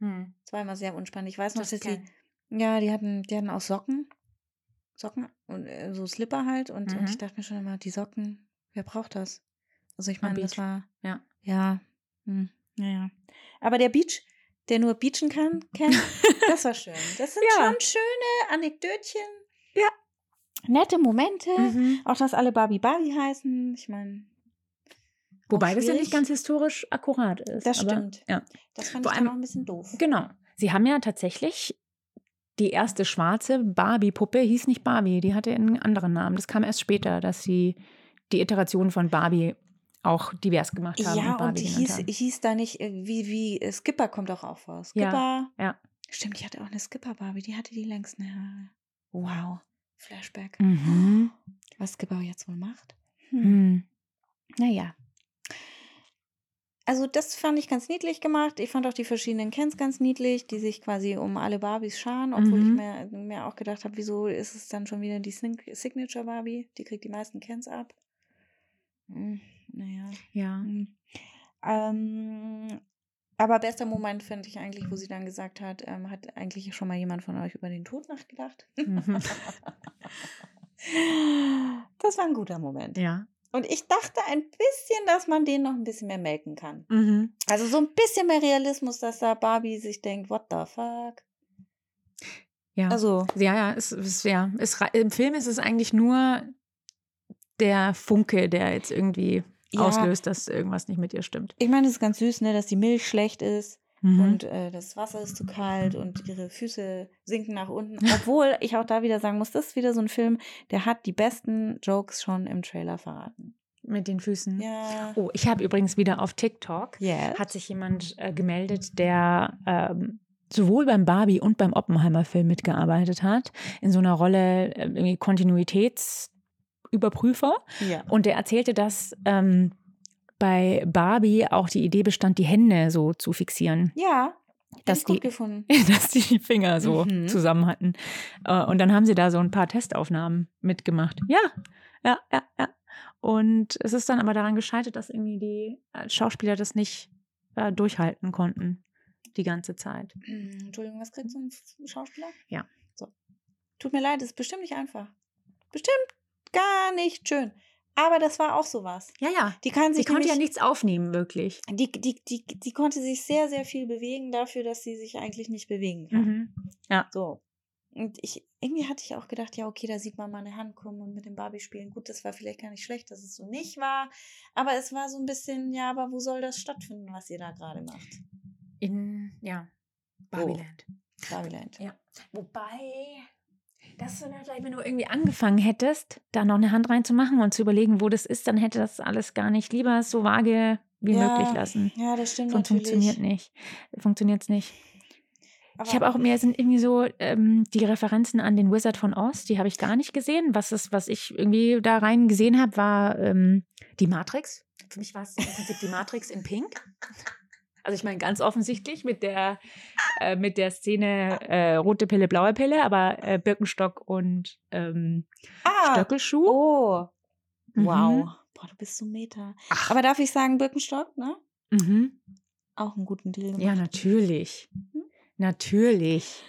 Hm.
Zweimal sehr unspannend. Ich weiß noch,
Das
dass
kann-
die. Ja, die hatten, die hatten auch Socken. Socken und äh, so Slipper halt. Und,
Mhm.
und ich dachte mir schon immer, die Socken, wer braucht das? Also ich
Am
meine, das
Beach.
war.
Ja.
Ja. Hm, naja. Aber der Beach, der nur beachen
*laughs*
kann, Ken, das war schön. Das sind
Ja.
schon schöne Anekdötchen.
Ja.
Nette Momente.
Mhm.
Auch dass alle Barbie Barbie heißen. Ich meine,
Wobei das ja
schwierig.
nicht ganz historisch akkurat ist.
Das
aber,
stimmt.
Ja.
das fand
Vor
ich
allem-
dann noch ein bisschen doof.
Genau. Sie haben ja tatsächlich die erste schwarze Barbie-Puppe hieß nicht Barbie, die hatte einen anderen Namen. Das kam erst später, dass sie die Iteration von Barbie auch divers gemacht haben.
Ja, und
Barbie genannt
hieß,
haben.
hieß da nicht, äh, wie, wie äh, Skipper kommt auch auch vor. Skipper.
ja.
Stimmt, ich hatte auch eine Skipper Barbie, die hatte die längsten Haare. Wow. Flashback.
Mhm.
Mhm. Was Skipper jetzt wohl macht? Hm.
Mhm.
Naja. also das fand ich ganz niedlich gemacht. Ich fand auch die verschiedenen Cans ganz niedlich, die sich quasi um alle Barbies scharen, obwohl
Mhm.
ich mir, äh, mir auch gedacht habe, wieso ist es dann schon wieder die Sin- Signature Barbie? Die kriegt die meisten Cans ab. Hm, naja.
Ja.
Hm. Ähm, aber bester Moment finde ich eigentlich, wo sie dann gesagt hat, ähm, hat eigentlich schon mal jemand von euch über den Tod nachgedacht? *gasps* *laughs*
Mhm.
Das war ein guter Moment.
Ja.
Und ich dachte ein bisschen, dass man den noch ein bisschen mehr melken kann.
Mhm.
Also so ein bisschen mehr Realismus, dass da Barbie sich denkt, what the fuck?
Ja.
Also,
Ja, ja, es, es, ja. Es, rei- Im Film ist es eigentlich nur der Funke, der jetzt irgendwie
ja,
auslöst, dass irgendwas nicht mit ihr stimmt.
ich meine, es ist ganz süß, ne, dass die Milch schlecht ist
Und
und äh, das Wasser ist zu kalt und ihre Füße sinken nach unten.
*laughs*
Obwohl ich auch da wieder sagen muss, das ist wieder so ein Film, der hat die besten Jokes schon im Trailer verraten.
mit den Füßen.
Ja.
Mhm. Oh, ich habe übrigens wieder auf TikTok
Yeah.
hat sich jemand äh, gemeldet, der ähm, sowohl beim Barbie und beim Oppenheimer-Film mitgearbeitet hat, in so einer Rolle äh, irgendwie Kontinuitätsüberprüfer.
ja.
Und der erzählte, dass ähm, bei Barbie auch die Idee bestand, die Hände so zu fixieren,
Ja, das
dass
ich gut
die,
gefunden. *clears throat*
*laughs* dass die die Finger so
Mhm.
zusammen hatten. Äh, und dann haben sie da so ein paar Testaufnahmen mitgemacht. Ja, ja, ja, ja. Und es ist dann aber daran gescheitert, dass irgendwie die äh, Schauspieler das nicht äh, durchhalten konnten die ganze Zeit.
Hm, Entschuldigung, was kriegt so ein F- Schauspieler?
Ja.
So. Tut mir leid, ist bestimmt nicht einfach. Bestimmt gar nicht schön. Aber das war auch sowas.
Ja, ja.
Die kann
Sie
sich
konnte ja
nämlich-
nichts aufnehmen, wirklich.
Die, die, die, die konnte sich sehr, sehr viel bewegen dafür, dass sie sich eigentlich nicht bewegen kann.
Mhm.
So. Und ich, irgendwie hatte ich auch gedacht, ja, okay, da sieht man mal eine Hand kommen und mit dem Barbie spielen. Gut, das war vielleicht gar nicht schlecht, dass es so nicht war. Aber es war so ein bisschen, ja, aber wo soll das stattfinden, was ihr da gerade macht?
In, ja, Oh. Barbiland.
Barbieland.
Wobei, das wäre vielleicht, wenn du irgendwie angefangen hättest, da noch eine Hand reinzumachen und zu überlegen, wo das ist, dann hätte das alles gar nicht lieber so vage wie
Ja,
möglich lassen.
Ja, das stimmt
Sonst
natürlich.
funktioniert nicht. Funktioniert es nicht.
Aber
ich habe auch, mir sind irgendwie so ähm, die Referenzen an den Wizard von Oz, die habe ich gar nicht gesehen. Was, ist, was ich irgendwie da rein gesehen habe, war ähm, die Matrix. Für mich war es im Prinzip die Matrix in Pink. Also ich meine ganz offensichtlich mit der, äh, mit der Szene äh, rote Pille, blaue Pille, aber äh, Birkenstock und ähm,
ah,
Stöckelschuh.
oh,
Mhm.
wow. Boah, du bist so Meta.
Ach.
Aber darf ich sagen, Birkenstock, ne?
Mhm.
Auch einen guten Deal gemacht.
Ja, natürlich. Natürlich.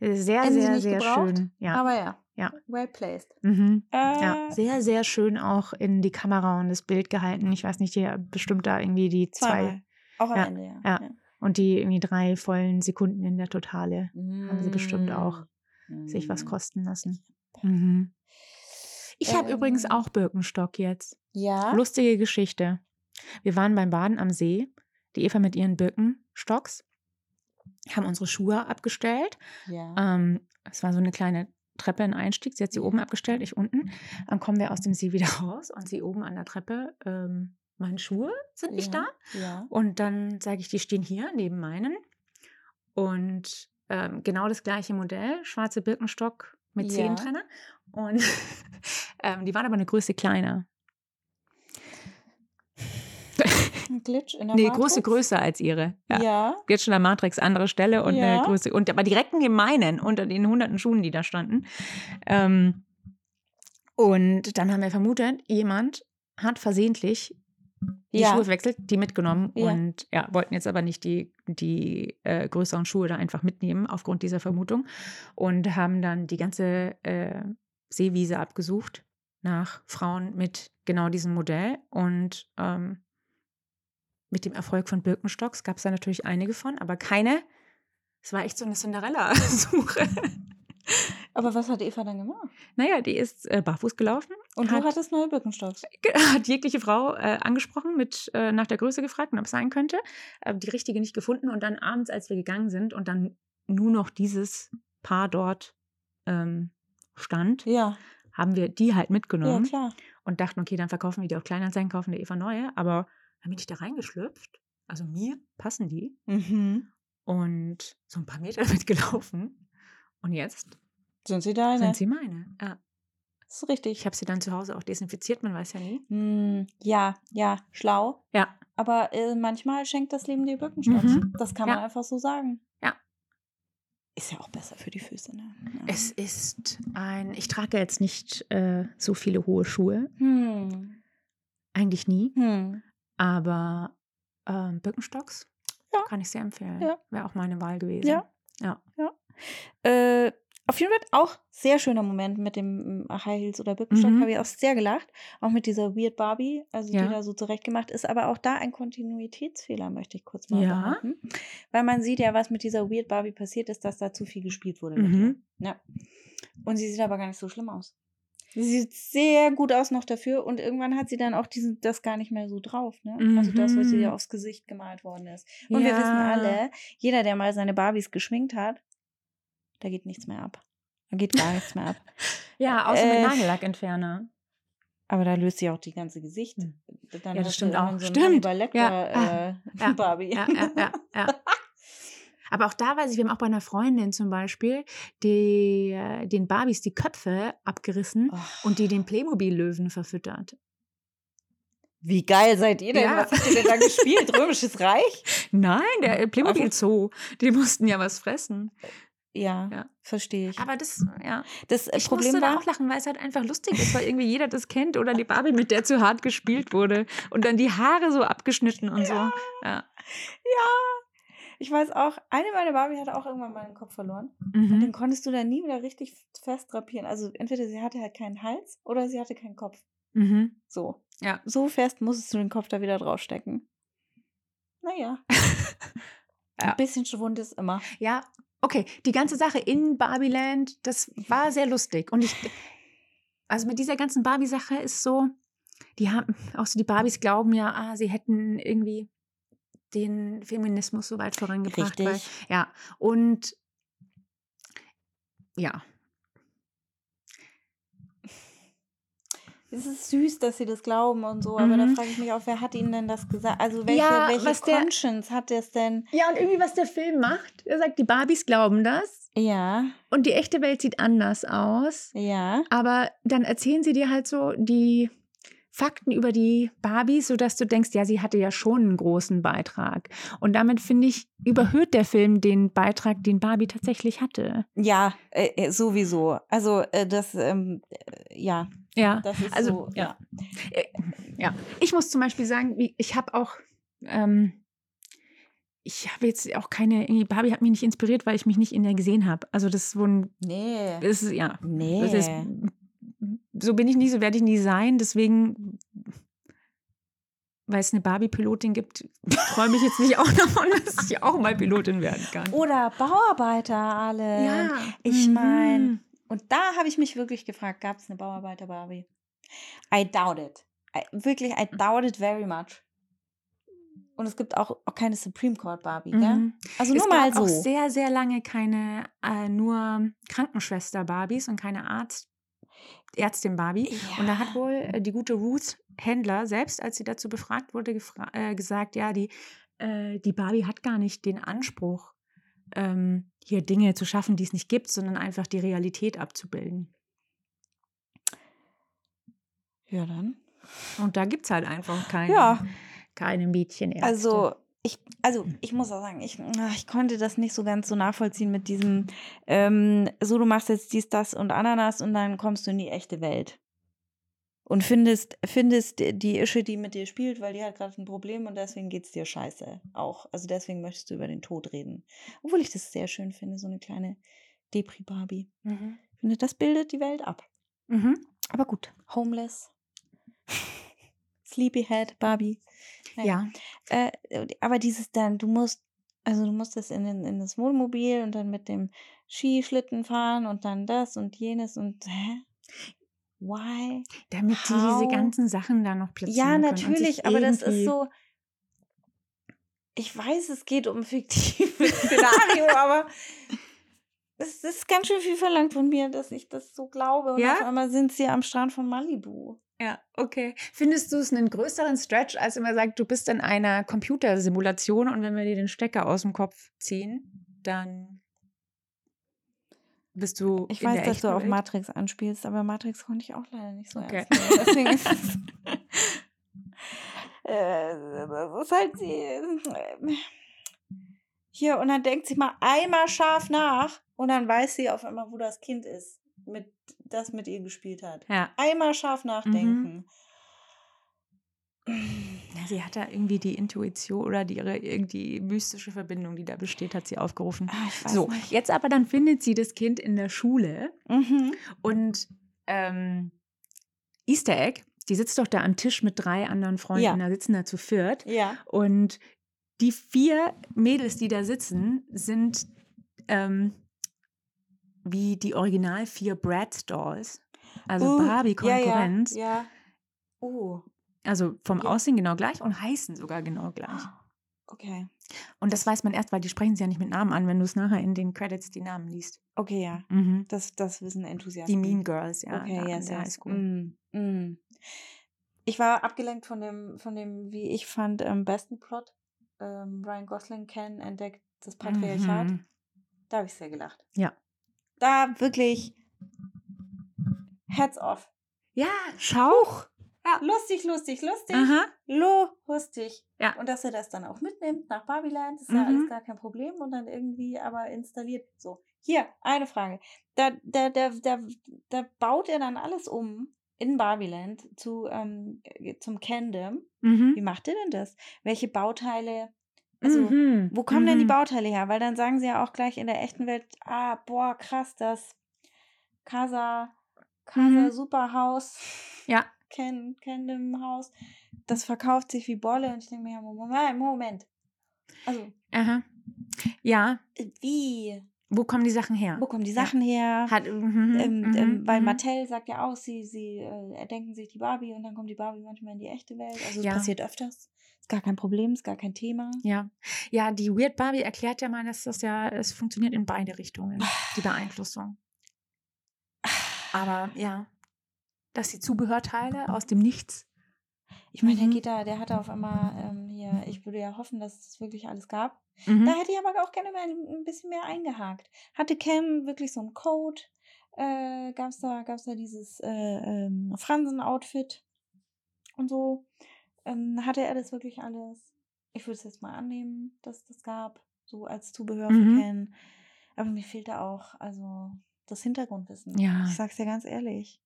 Sehr,
Mhm. Hätten sie
sehr,
nicht
sehr
gebraucht,
schön. Ja.
Aber ja.
Ja.
Well placed.
Mhm.
Äh,
Ja, sehr, sehr schön auch in die Kamera und das Bild gehalten. Ich weiß nicht, die bestimmt da irgendwie die zwei
Zweimal. Auch am
Ja,
Ende, ja.
ja. und die irgendwie drei vollen Sekunden in der Totale haben sie bestimmt auch
Mm.
sich was kosten lassen. Mhm. Ich habe
Ähm.
übrigens auch Birkenstock jetzt.
Ja.
Lustige Geschichte. Wir waren beim Baden am See, die Eva mit ihren Birkenstocks, haben unsere Schuhe abgestellt
ja.
Ähm, es war so eine kleine Treppe, ein Einstieg. Sie hat sie oben abgestellt, ich unten. Dann kommen wir aus dem See wieder *laughs* raus und sie oben an der Treppe. Ähm, meine Schuhe sind nicht
ja,
da.
Ja.
Und dann sage ich, die stehen hier neben meinen. Und ähm, genau das gleiche Modell, schwarze Birkenstock mit
Ja.
Zehentrenner. Und *laughs* ähm, die waren aber eine Größe kleiner.
Ein Glitch in der
Nee,
Matrix.
große größer als ihre.
Ja.
Ja. Jetzt schon der Matrix, andere Stelle und
Ja.
eine Größe. Und aber direkt neben meinen, unter den hunderten Schuhen, die da standen. Ähm, und dann haben wir vermutet, jemand hat versehentlich die
Ja.
Schuhe verwechselt, die mitgenommen
Ja.
und ja, wollten jetzt aber nicht die, die äh, größeren Schuhe da einfach mitnehmen, aufgrund dieser Vermutung. Und haben dann die ganze äh, Seewiese abgesucht nach Frauen mit genau diesem Modell. Und ähm, mit dem Erfolg von Birkenstocks gab es da natürlich einige von, aber keine. Es war echt so eine
*laughs*
Cinderella-Suche.
Aber was hat Eva dann gemacht?
Naja, die ist äh, barfuß gelaufen,
Und
Hat-
du hattest neue Birkenstocks.
ge- hat jegliche Frau äh, angesprochen, mit äh, nach der Größe gefragt und ob es sein könnte. Äh, die richtige nicht gefunden und dann abends, als wir gegangen sind und dann nur noch dieses Paar dort ähm, stand,
Ja.
haben wir die halt
Ja,
mitgenommen
klar.
und dachten, okay, dann verkaufen wir die auf Kleinanzeigen, kaufen der Eva neue. Aber dann bin ich da reingeschlüpft. Also mir passen die
Mhm.
und so ein paar Meter *laughs* mitgelaufen. Und jetzt
Sind sie deine?
sind sie meine. Ja.
Das ist richtig.
Ich habe sie dann zu Hause auch desinfiziert, man weiß ja nie.
Hm, ja, ja, schlau.
Ja.
Aber äh, manchmal schenkt das Leben dir Birkenstocks.
Mhm.
Das kann
Ja.
man einfach so sagen.
Ja.
Ist ja auch besser für die Füße, ne? Ja.
Es ist ein, ich trage jetzt nicht äh, so viele hohe Schuhe,
hm.
eigentlich nie,
Hm.
aber ähm, Birkenstocks
Ja.
kann ich sehr empfehlen.
Ja.
Wäre auch meine Wahl gewesen.
Ja. Äh, auf jeden Fall auch sehr schöner Moment mit dem mm, High Heels oder Birkenstock.
Mhm.
Habe ich auch sehr gelacht. Auch mit dieser Weird Barbie, also
Ja.
die da so zurechtgemacht ist. Aber auch da ein Kontinuitätsfehler, möchte ich kurz mal
Ja.
behaupten. Weil man sieht ja, was mit dieser Weird Barbie passiert ist, dass da zu viel gespielt wurde. mit
Mhm.
ihr. Ja. Und sie sieht aber gar nicht so schlimm aus. Sie sieht sehr gut aus noch dafür und irgendwann hat sie dann auch diesen, das gar nicht mehr so drauf, ne? Also das, was
Mhm.
ihr aufs Gesicht gemalt worden ist. Und wir wissen
Ja.
alle, jeder, der mal seine Barbies geschminkt hat, da geht nichts mehr ab. Da geht gar nichts mehr
*laughs*
ab.
Ja, außer
Äh,
mit *laughs* Nagellackentferner.
Aber da löst sich auch die ganze Gesicht.
Hm. Ja,
Dann
das
hast du
stimmt
irgendwann
auch.
So
Stimmt.
Überlecker,
Ja. Ah.
äh,
Ja.
*laughs* Barbie.
Ja, ja, ja, ja. Aber auch da weiß ich, wir haben auch bei einer Freundin zum Beispiel die, äh, den Barbies die Köpfe abgerissen
Oh,
und die den Playmobil-Löwen verfüttert.
wie geil seid ihr denn?
Ja.
Was habt ihr denn da gespielt? Römisches Reich?
Nein, der Playmobil-Zoo. Die mussten ja was fressen.
Ja,
*laughs* Ja.
verstehe ich.
Aber das, ja.
das äh,
Ich
Problem
musste da
war,
auch lachen, weil es halt einfach lustig ist, weil irgendwie jeder das kennt oder die Barbie, mit der zu hart gespielt wurde. Und dann die Haare so abgeschnitten und so. Ja.
ich weiß auch, eine meiner Barbie hatte auch irgendwann mal den Kopf verloren. Und den
Mhm.
konntest du dann nie wieder richtig fest drapieren. Also entweder sie hatte halt keinen Hals oder sie hatte keinen Kopf.
Mhm.
So.
Ja.
So fest musstest du den Kopf da wieder draufstecken. Naja.
*laughs* Ja.
Ein bisschen Schwund ist immer.
Ja, okay. Die ganze Sache in Barbieland, das war sehr lustig. Und ich, also mit dieser ganzen Barbie-Sache ist so, die haben, auch so die Barbies glauben ja, ah, sie hätten irgendwie den Feminismus so weit vorangebracht. Weil, ja, und ja.
Es ist süß, dass sie das glauben und so, aber
Mhm.
da frage ich mich auch, wer hat ihnen denn das gesagt? Also welche,
Ja, was
welche
der-
Conscience hat das denn?
Ja, und irgendwie, was der Film macht, er sagt, die Barbies glauben das
Ja,
und die echte Welt sieht anders aus.
ja.
Aber dann erzählen sie dir halt so die Fakten über die Barbies, sodass du denkst, ja, sie hatte ja schon einen großen Beitrag. Und damit, finde ich, überhöht der Film den Beitrag, den Barbie tatsächlich hatte.
Ja, äh, äh, sowieso. Also äh, das, ähm, äh, ja,
Ja.
das ist
Also,
so.
ja. ja. Ich muss zum Beispiel sagen, wie- ich habe auch. Ähm, ich habe jetzt auch keine, irgendwie Barbie hat mich nicht inspiriert, weil ich mich nicht in der gesehen habe. Also das ist, so ein,
Nee.
das ist ja,
Nee.
das ist, so bin ich nie, so werde ich nie sein. Deswegen, weil es eine Barbie-Pilotin gibt, träume ich jetzt nicht auch *laughs* davon, dass ich auch mal Pilotin werden kann. Mhm.
Oder Bauarbeiter, alle. ähm, ich mein- Und da habe ich mich wirklich gefragt, 'ne gab es eine Bauarbeiter-Barbie? I doubt it. I, wirklich,
Hm.
I doubt it very much. Und es gibt auch, auch keine Supreme Court Barbie, gell?
Mhm.
Also
Es
nur
gab
mal
auch
so.
sehr, sehr lange keine, äh, nur Krankenschwester-Barbies und keine Arzt, Ärztin-Barbie. Und da hat wohl äh, die gute Ruth Händler selbst, als sie dazu befragt wurde, gefra- äh, gesagt, ja, die, äh, die Barbie hat gar nicht den Anspruch, ähm, hier Dinge zu schaffen, die es nicht gibt, sondern einfach die Realität abzubilden.
Ja, dann.
Und da gibt es halt einfach keine,
Ja.
keine Mädchen.
Also ich, also ich muss auch sagen, ich, ach, ich konnte das nicht so ganz so nachvollziehen mit diesem, ähm, so du machst jetzt dies, das und Ananas und dann kommst du in die echte Welt. Und findest, findest die Ische, die mit dir spielt, weil die hat gerade ein Problem und deswegen geht es dir scheiße auch. Also deswegen möchtest du über den Tod reden. Obwohl ich das sehr schön finde, so eine kleine Depri-Barbie.
Mhm.
Ich finde, das bildet die Welt ab.
Mhm.
Aber gut, Homeless, *laughs* Sleepyhead, Barbie. Ja.
Ja.
Äh, aber dieses dann, du musst, also du musst das in, den- in das Wohnmobil und dann mit dem Skischlitten fahren und dann das und jenes und hä? Why?
Damit die diese
How?
ganzen Sachen da noch platzieren
Ja,
können und sich
natürlich, aber das ist
irgendwie-
so. Ich weiß, es geht um *laughs* fiktives Szenario, aber es ist ganz schön viel verlangt von mir, dass ich das so glaube. Und
Ja?
auf einmal sind sie am Strand von Malibu.
Ja, okay. Findest du es einen größeren Stretch, als wenn man sagt, du bist in einer Computersimulation und wenn wir dir den Stecker aus dem Kopf ziehen, dann bist du.
Ich
in
weiß,
der
dass du
echten
auf
Welt?
Matrix anspielst, aber Matrix konnte ich auch leider nicht
*laughs*
so
Okay.
ernst nehmen. Deswegen ist es äh, das ist halt die, äh, hier und dann denkt sie mal einmal scharf nach und dann weiß sie auf einmal, wo das Kind ist, mit, das mit ihr gespielt hat.
Ja.
Einmal
Mhm.
scharf nachdenken.
ja, sie hat da irgendwie die Intuition oder die, ihre irgendwie mystische Verbindung, die da besteht, hat sie aufgerufen.
Ah, ich weiß
So,
nicht.
jetzt aber dann findet sie das Kind in der Schule
Mhm.
und ähm, Easter Egg, die sitzt doch da am Tisch mit drei anderen Freunden,
Ja.
da sitzen da zu viert
Ja.
und die vier Mädels, die da sitzen, sind ähm, wie die original vier Bratz Dolls, also
Uh,
Barbie-Konkurrenz,
Ja, ja, ja. Oh,
also vom
Ja.
Aussehen genau gleich und heißen sogar genau gleich.
okay.
Und das weiß man erst, weil die sprechen sie ja nicht mit Namen an, wenn du es nachher in den Credits die Namen liest.
Okay, ja.
Mhm.
Das, das wissen Enthusiasten.
Die Mean Girls, ja.
Okay,
da an
yes,
der
yes.
Highschool.
Mm, mm. Ich war abgelenkt von dem, von dem, wie ich fand, ähm, besten Plot. Ähm, Ryan Gosling kennen, entdeckt das Patriarchat.
Mhm.
Da habe ich sehr gelacht.
Ja.
Da wirklich Heads off.
Ja, Schauch.
Lustig, lustig, lustig.
Aha.
Lustig.
Ja.
Und dass er das dann auch mitnimmt nach Babyland, ist ja
Mhm.
alles gar kein Problem und dann irgendwie aber installiert. So, hier, eine Frage. Da, da, da, da, da baut er dann alles um in Babyland zu, ähm, zum Kingdom. Wie
Mhm.
macht er denn das? Welche Bauteile? Also,
mhm.
wo kommen denn die
mhm.
Bauteile her? Weil dann sagen sie ja auch gleich in der echten Welt, ah, boah, krass, das Casa, Casa
Mhm.
Superhaus.
Ja.
Ken, Kingdom Haus. Das verkauft sich wie Bolle. Und ich denke mir, ja, Moment, Moment. Also,
Aha. Ja,
äh, wie?
wo kommen die Sachen her?
Wo kommen die Sachen her?
Hat, mhm,
ähm,
mhm,
ähm, weil
mhm.
Mattel sagt ja auch, sie, sie äh, erdenken sich die Barbie und dann kommt die Barbie manchmal in die echte Welt. Also,
Ja.
es passiert öfters. Ist gar kein Problem, ist gar kein Thema.
Ja. ja, die Weird Barbie erklärt ja mal, dass das ja, es funktioniert in beide Richtungen, die Beeinflussung. Aber ja, dass die Zubehörteile aus dem Nichts.
Ich meine, der
Mhm.
geht da, der hatte auf einmal ähm, hier, ich würde ja hoffen, dass es wirklich alles gab.
Mhm.
Da hätte ich aber auch gerne mal ein bisschen mehr eingehakt. Hatte Cam wirklich so einen Code? Äh, gab's da, gab's da dieses äh, ähm, Fransen-Outfit und so? Ähm, hatte er das wirklich alles? Ich würde es jetzt mal annehmen, dass es das gab, so als Zubehör
Mhm.
für Cam. Aber mir fehlte auch, also das Hintergrundwissen.
Ja.
Ich sag's dir ganz ehrlich.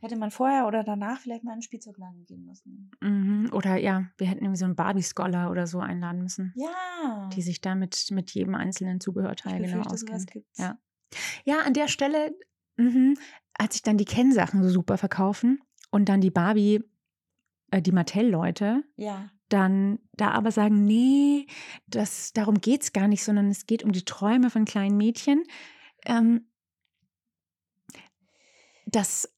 Hätte man vorher oder danach vielleicht mal einen Spielzeugladen gehen müssen.
Mhm. Oder ja, wir hätten irgendwie so einen Barbie-Scholar oder so einladen müssen,
Ja.
die sich da mit, mit jedem einzelnen
ich
Zubehörteil genau
befürchte, sowas
auskennt.
gibt's.
Ja. Ja, an der Stelle, mhm, als sich dann die Ken-Sachen so super verkaufen und dann die Barbie, äh, die Mattel-Leute,
ja.
dann da aber sagen, nee, das, darum geht es gar nicht, sondern es geht um die Träume von kleinen Mädchen. Ähm, das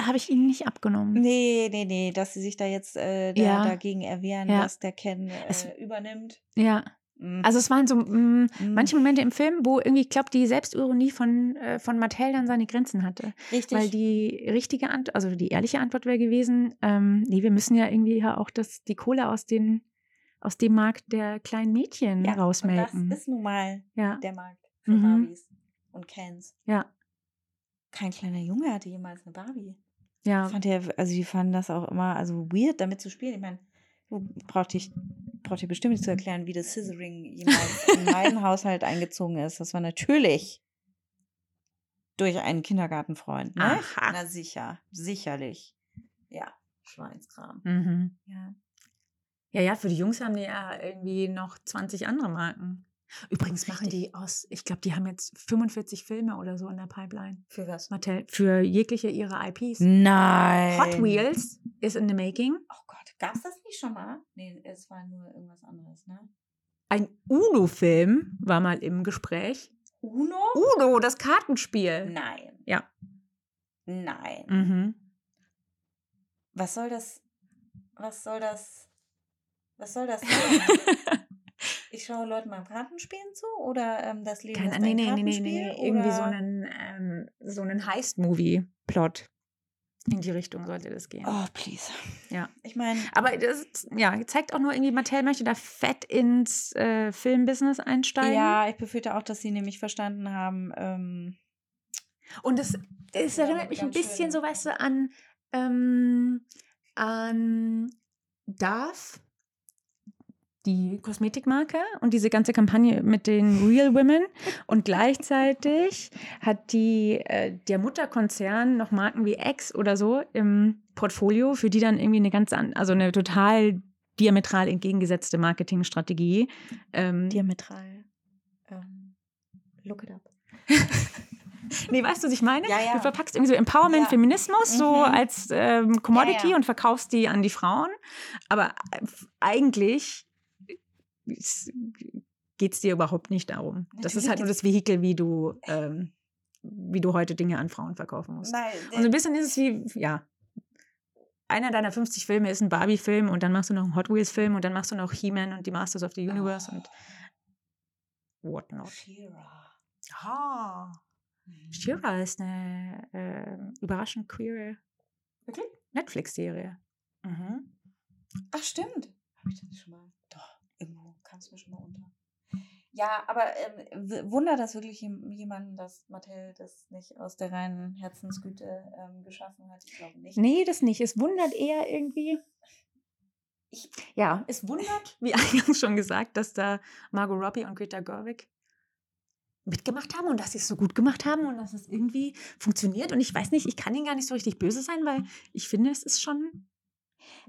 habe ich ihnen nicht abgenommen.
Nee, nee, nee, Ne, dass sie sich da jetzt äh, da,
Mhm. Ja.
dagegen erwehren,
Ja.
dass der Ken äh,
Es-
übernimmt.
Ja,
Mhm.
also es waren so mm,
Mhm.
manche Momente im Film, wo irgendwie, ich glaube, die Selbstironie von, äh, von Mattel dann seine Grenzen hatte.
Richtig.
Weil die richtige Antwort, also die ehrliche Antwort wäre gewesen, ähm, nee, wir müssen ja irgendwie ja auch das, die Kohle aus, den, aus dem Markt der kleinen Mädchen
ja,
rausmelken.
Und das ist nun mal
ja,
der Markt für
Mhm.
Barbies und Kens.
ja,
Kein kleiner Junge hatte jemals eine Barbie.
ja.
Fand ja, also die fanden das auch immer also weird, damit zu spielen. Ich meine, du brauchst dich braucht dir bestimmt nicht zu erklären, wie das Scissoring jemals in meinen Haushalt eingezogen ist. Das war natürlich durch einen Kindergartenfreund. Ne?
Aha.
Na sicher, sicherlich. Ja, Schweinskram.
Mhm.
Ja.
Ja, ja, für die Jungs haben die ja irgendwie noch 20 andere Marken. Übrigens machen
Richtig.
die aus, ich glaube, die haben jetzt 45 Filme oder so in der Pipeline.
Für was?
Mattel, für jegliche ihrer IPs.
Nein.
Hot Wheels ist in the making.
Oh Gott, gab's das nicht schon mal? Nee, es war nur irgendwas anderes, ne?
Ein Uno-Film war mal im Gespräch.
Uno?
Uno, das Kartenspiel.
Nein.
Ja.
Nein.
Mhm.
*laughs* Was soll das? Was soll das? Was
*laughs*
soll das sein? ich schaue Leuten beim Kartenspielen zu oder ähm, das Leben
Keine,
ist
nee,
ein
nee, nee, nee,
Kartenspiel?
nee. Irgendwie so
oder-
einen, ähm, so einen Heist-Movie-Plot. In die Richtung sollte das gehen.
Oh, please.
Ja.
Ich meine,
Aber das ja, zeigt auch nur irgendwie, Mattel möchte da fett ins äh, Filmbusiness einsteigen.
ja, ich befürchte auch, dass sie nämlich verstanden haben, ähm,
Und es, es
Ja,
erinnert mich ein
ganz
bisschen
schön.
so, weißt du, an, ähm, an darf die Kosmetikmarke und diese ganze Kampagne mit den Real Women und gleichzeitig hat die äh, der Mutterkonzern noch Marken wie X oder so im Portfolio, für die dann irgendwie eine ganz an, also eine total diametral entgegengesetzte Marketingstrategie. Ähm,
Diametral. Ähm, look it up.
Nee, weißt du, was ich meine?
Ja, ja.
Du verpackst irgendwie so Empowerment,
Ja.
Feminismus so
Mhm.
als ähm, Commodity
Ja, ja.
und verkaufst die an die Frauen. Aber äh, eigentlich geht es dir überhaupt nicht darum. Das ist
Natürlich
halt nur das Vehikel, wie du, ähm, wie du heute Dinge an Frauen verkaufen musst.
Nein, äh
Und so Also ein bisschen ist es wie, ja, einer deiner 50 Filme ist ein Barbie-Film und dann machst du noch einen Hot Wheels-Film und dann machst du noch He-Man und die Masters of the Universe und
Ah.
what not.
Shira.
Ah. Shira ist eine ähm, überraschend queere
Wirklich?
Netflix-Serie. Mhm.
Hm. Ach, stimmt. Habe ich das nicht schon mal? Doch, irgendwo kam es mir schon mal unter. Ja, aber ähm, w- wunder das wirklich jem- jemanden, dass Mattel das nicht aus der reinen Herzensgüte ähm, geschaffen hat. Ich glaube nicht.
Nee, das nicht. Es wundert eher irgendwie.
Ich-
ja, es wundert, wie *laughs* eingangs schon gesagt, dass da Margot Robbie und Greta Gerwig mitgemacht haben und dass sie es so gut gemacht haben und dass es irgendwie funktioniert. Und ich weiß nicht, ich kann ihnen gar nicht so richtig böse sein, weil ich finde, es ist schon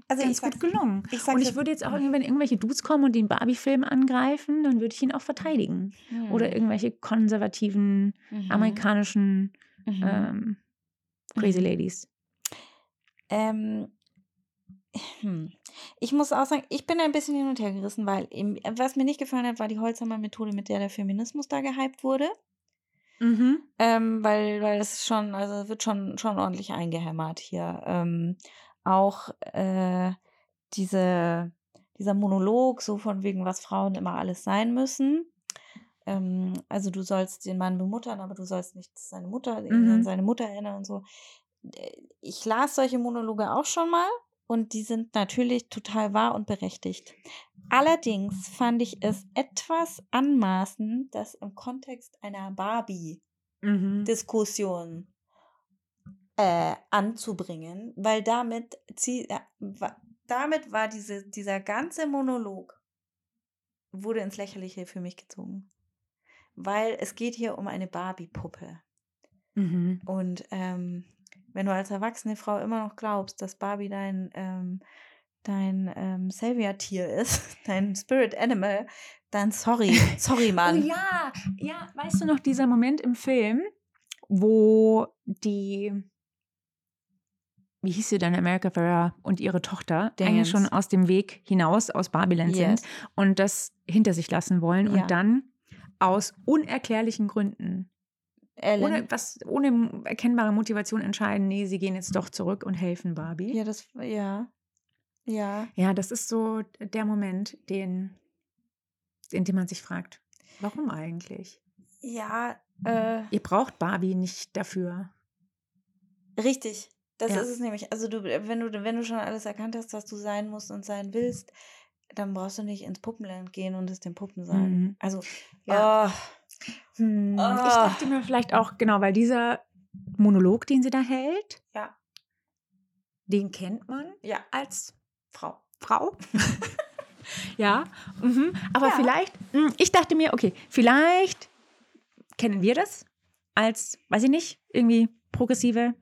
Also
ganz gut gelungen.
ich
Und ich würde jetzt auch, wenn irgendwelche Dudes kommen und den Barbie-Film angreifen, dann würde ich ihn auch verteidigen.
hm.
Oder irgendwelche konservativen
Mhm.
amerikanischen ähm, Crazy Ladies.
Ähm, *sighs* hm. ich muss auch sagen, ich bin ein bisschen hin und her gerissen, weil eben, was mir nicht gefallen hat, war die Holzhammer-Methode, mit der der Feminismus da gehypt wurde. Ähm, weil, weil das ist schon, also wird schon, schon ordentlich eingehämmert hier. Ähm, auch äh, diese, dieser Monolog, so von wegen, was Frauen immer alles sein müssen. Ähm, also du sollst den Mann bemuttern, aber du sollst nicht seine Mutter, ihn
Mhm.
an seine Mutter erinnern und so. Äh, Ich las solche Monologe auch schon mal und die sind natürlich total wahr und berechtigt. Allerdings fand ich es etwas anmaßend, dass im Kontext einer Barbie Mhm. Diskussion äh, anzubringen, weil damit, zieh, äh, wa- damit war diese, dieser ganze Monolog wurde ins Lächerliche für mich gezogen. Weil es geht hier um eine Barbie-Puppe.
Mhm.
Und ähm, wenn du als erwachsene Frau immer noch glaubst, dass Barbie dein, ähm, dein ähm, Savior-Tier ist, *laughs* dein Spirit-Animal, dann sorry,
*laughs*
sorry,
Oh
Mann.
ja, ja, weißt du noch dieser Moment im Film, wo die, wie hieß sie denn, America Ferrera und ihre Tochter eigentlich
Dingens.
schon aus dem Weg hinaus aus Barbiland
Yes.
sind und das hinter sich lassen wollen
Ja.
und dann aus unerklärlichen Gründen
Ellen.
ohne, was, ohne erkennbare Motivation entscheiden, nee, sie gehen jetzt doch zurück und helfen Barbie.
Ja, das, ja. Ja.
Ja, das ist so der Moment, den, in dem man sich fragt, warum eigentlich?
Ja, äh,
Ihr braucht Barbie nicht dafür.
richtig. Das
Ja.
ist es nämlich. Also du, wenn du, wenn du schon alles erkannt hast, was du sein musst und sein willst, dann brauchst du nicht ins Puppenland gehen und es den Puppen sagen.
Mhm.
Also,
Ja.
ja.
Hm, Ich
Ah.
dachte mir vielleicht auch, genau, weil dieser Monolog, den sie da hält,
Ja.
den kennt man
ja,
als Frau.
*laughs*
Frau? *laughs* ja, mhm. aber
Ja.
vielleicht, mh, ich dachte mir, okay, vielleicht kennen wir das als, weiß ich nicht, irgendwie progressive,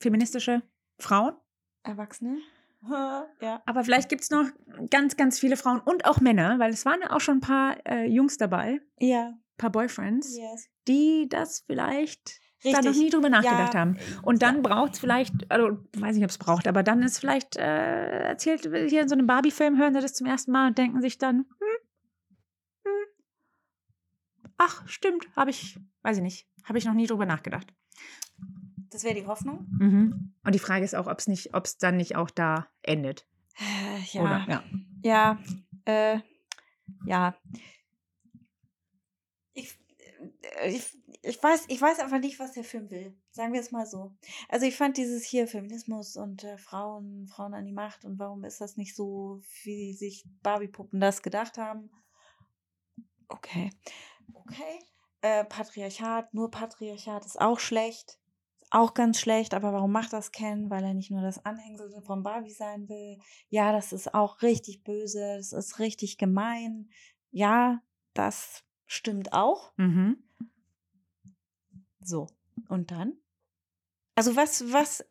feministische Frauen.
Erwachsene. *laughs* ja.
Aber vielleicht gibt es noch ganz, ganz viele Frauen und auch Männer, weil es waren ja auch schon ein paar äh, Jungs dabei, ein
Ja.
paar Boyfriends,
Yes.
die das vielleicht
Richtig.
da noch nie drüber nachgedacht
Ja.
haben. Und dann braucht es vielleicht, also weiß nicht, ob es braucht, aber dann ist vielleicht äh, erzählt, hier in so einem Barbie-Film hören sie das zum ersten Mal und denken sich dann, hm, hm, ach, stimmt, habe ich, weiß ich nicht, habe ich noch nie drüber nachgedacht.
Das wäre die Hoffnung.
Mhm. Und die Frage ist auch, ob es nicht, ob es dann nicht auch da endet.
Äh, ja.
Oder? Ja.
Ja, äh, ja. Ich, äh, ich, ich, weiß, ich weiß einfach nicht, was der Film will. Sagen wir es mal so. Also ich fand dieses hier Feminismus und äh, Frauen, Frauen an die Macht und warum ist das nicht so, wie sich Barbie-Puppen das gedacht haben. Okay. Okay. Äh, Patriarchat, nur Patriarchat ist auch schlecht. Ist auch ganz schlecht, aber warum macht das Ken? Weil er nicht nur das Anhängsel von Barbie sein will. Ja, das ist auch richtig böse, das ist richtig gemein. Ja, das stimmt auch.
Mhm.
So, und dann? Also was, was,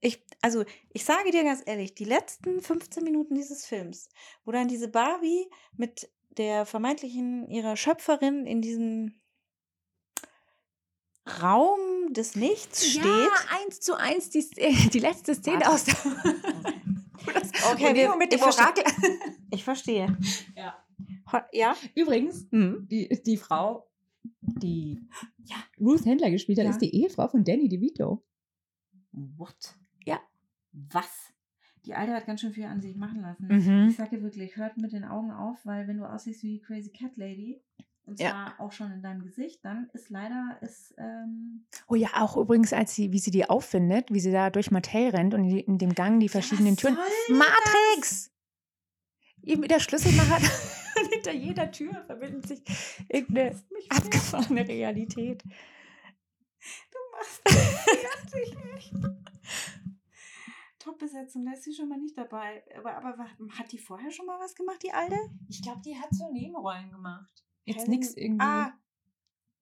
ich, also ich sage dir ganz ehrlich, die letzten 15 Minuten dieses Films, wo dann diese Barbie mit der vermeintlichen ihrer Schöpferin in diesem Raum des Nichts steht.
Ja, eins zu eins die, Szene- *laughs* die letzte Szene
Warte.
aus *laughs* der.
Okay,
Und
wir-
Nemo mit dem
ich verstehe.
Orakel.
Ich verstehe.
Ja.
Ho- Ja?
*laughs* Übrigens,
Mhm.
die, die Frau, die
Ja.
Ruth Händler gespielt hat,
Ja.
ist die Ehefrau von Danny DeVito.
What?
Ja.
Was? Die Alte hat ganz schön viel an sich machen lassen.
Mhm.
Ich sag dir wirklich, hört mit den Augen auf, weil wenn du aussiehst wie die Crazy Cat Lady, und
Ja.
zwar auch schon in deinem Gesicht, dann ist leider ist, ähm,
Oh ja, auch übrigens, als sie, wie sie die auffindet, wie sie da durch Mattel rennt und die, in dem Gang die verschiedenen
was
Türen. Hm.
soll?
Matrix! Eben der Schlüsselmacher *laughs* hinter jeder Tür verbindet sich irgendeine
Mich
abgefahrene Realität.
Du machst *laughs* das fertig, echt. Top-Besetzung, da ist sie schon mal nicht dabei. Aber, aber wa- hat die vorher schon mal was gemacht, die Alte?
Ich glaube, die hat so Nebenrollen gemacht. Jetzt
Helen-
nix irgendwie.
Ah,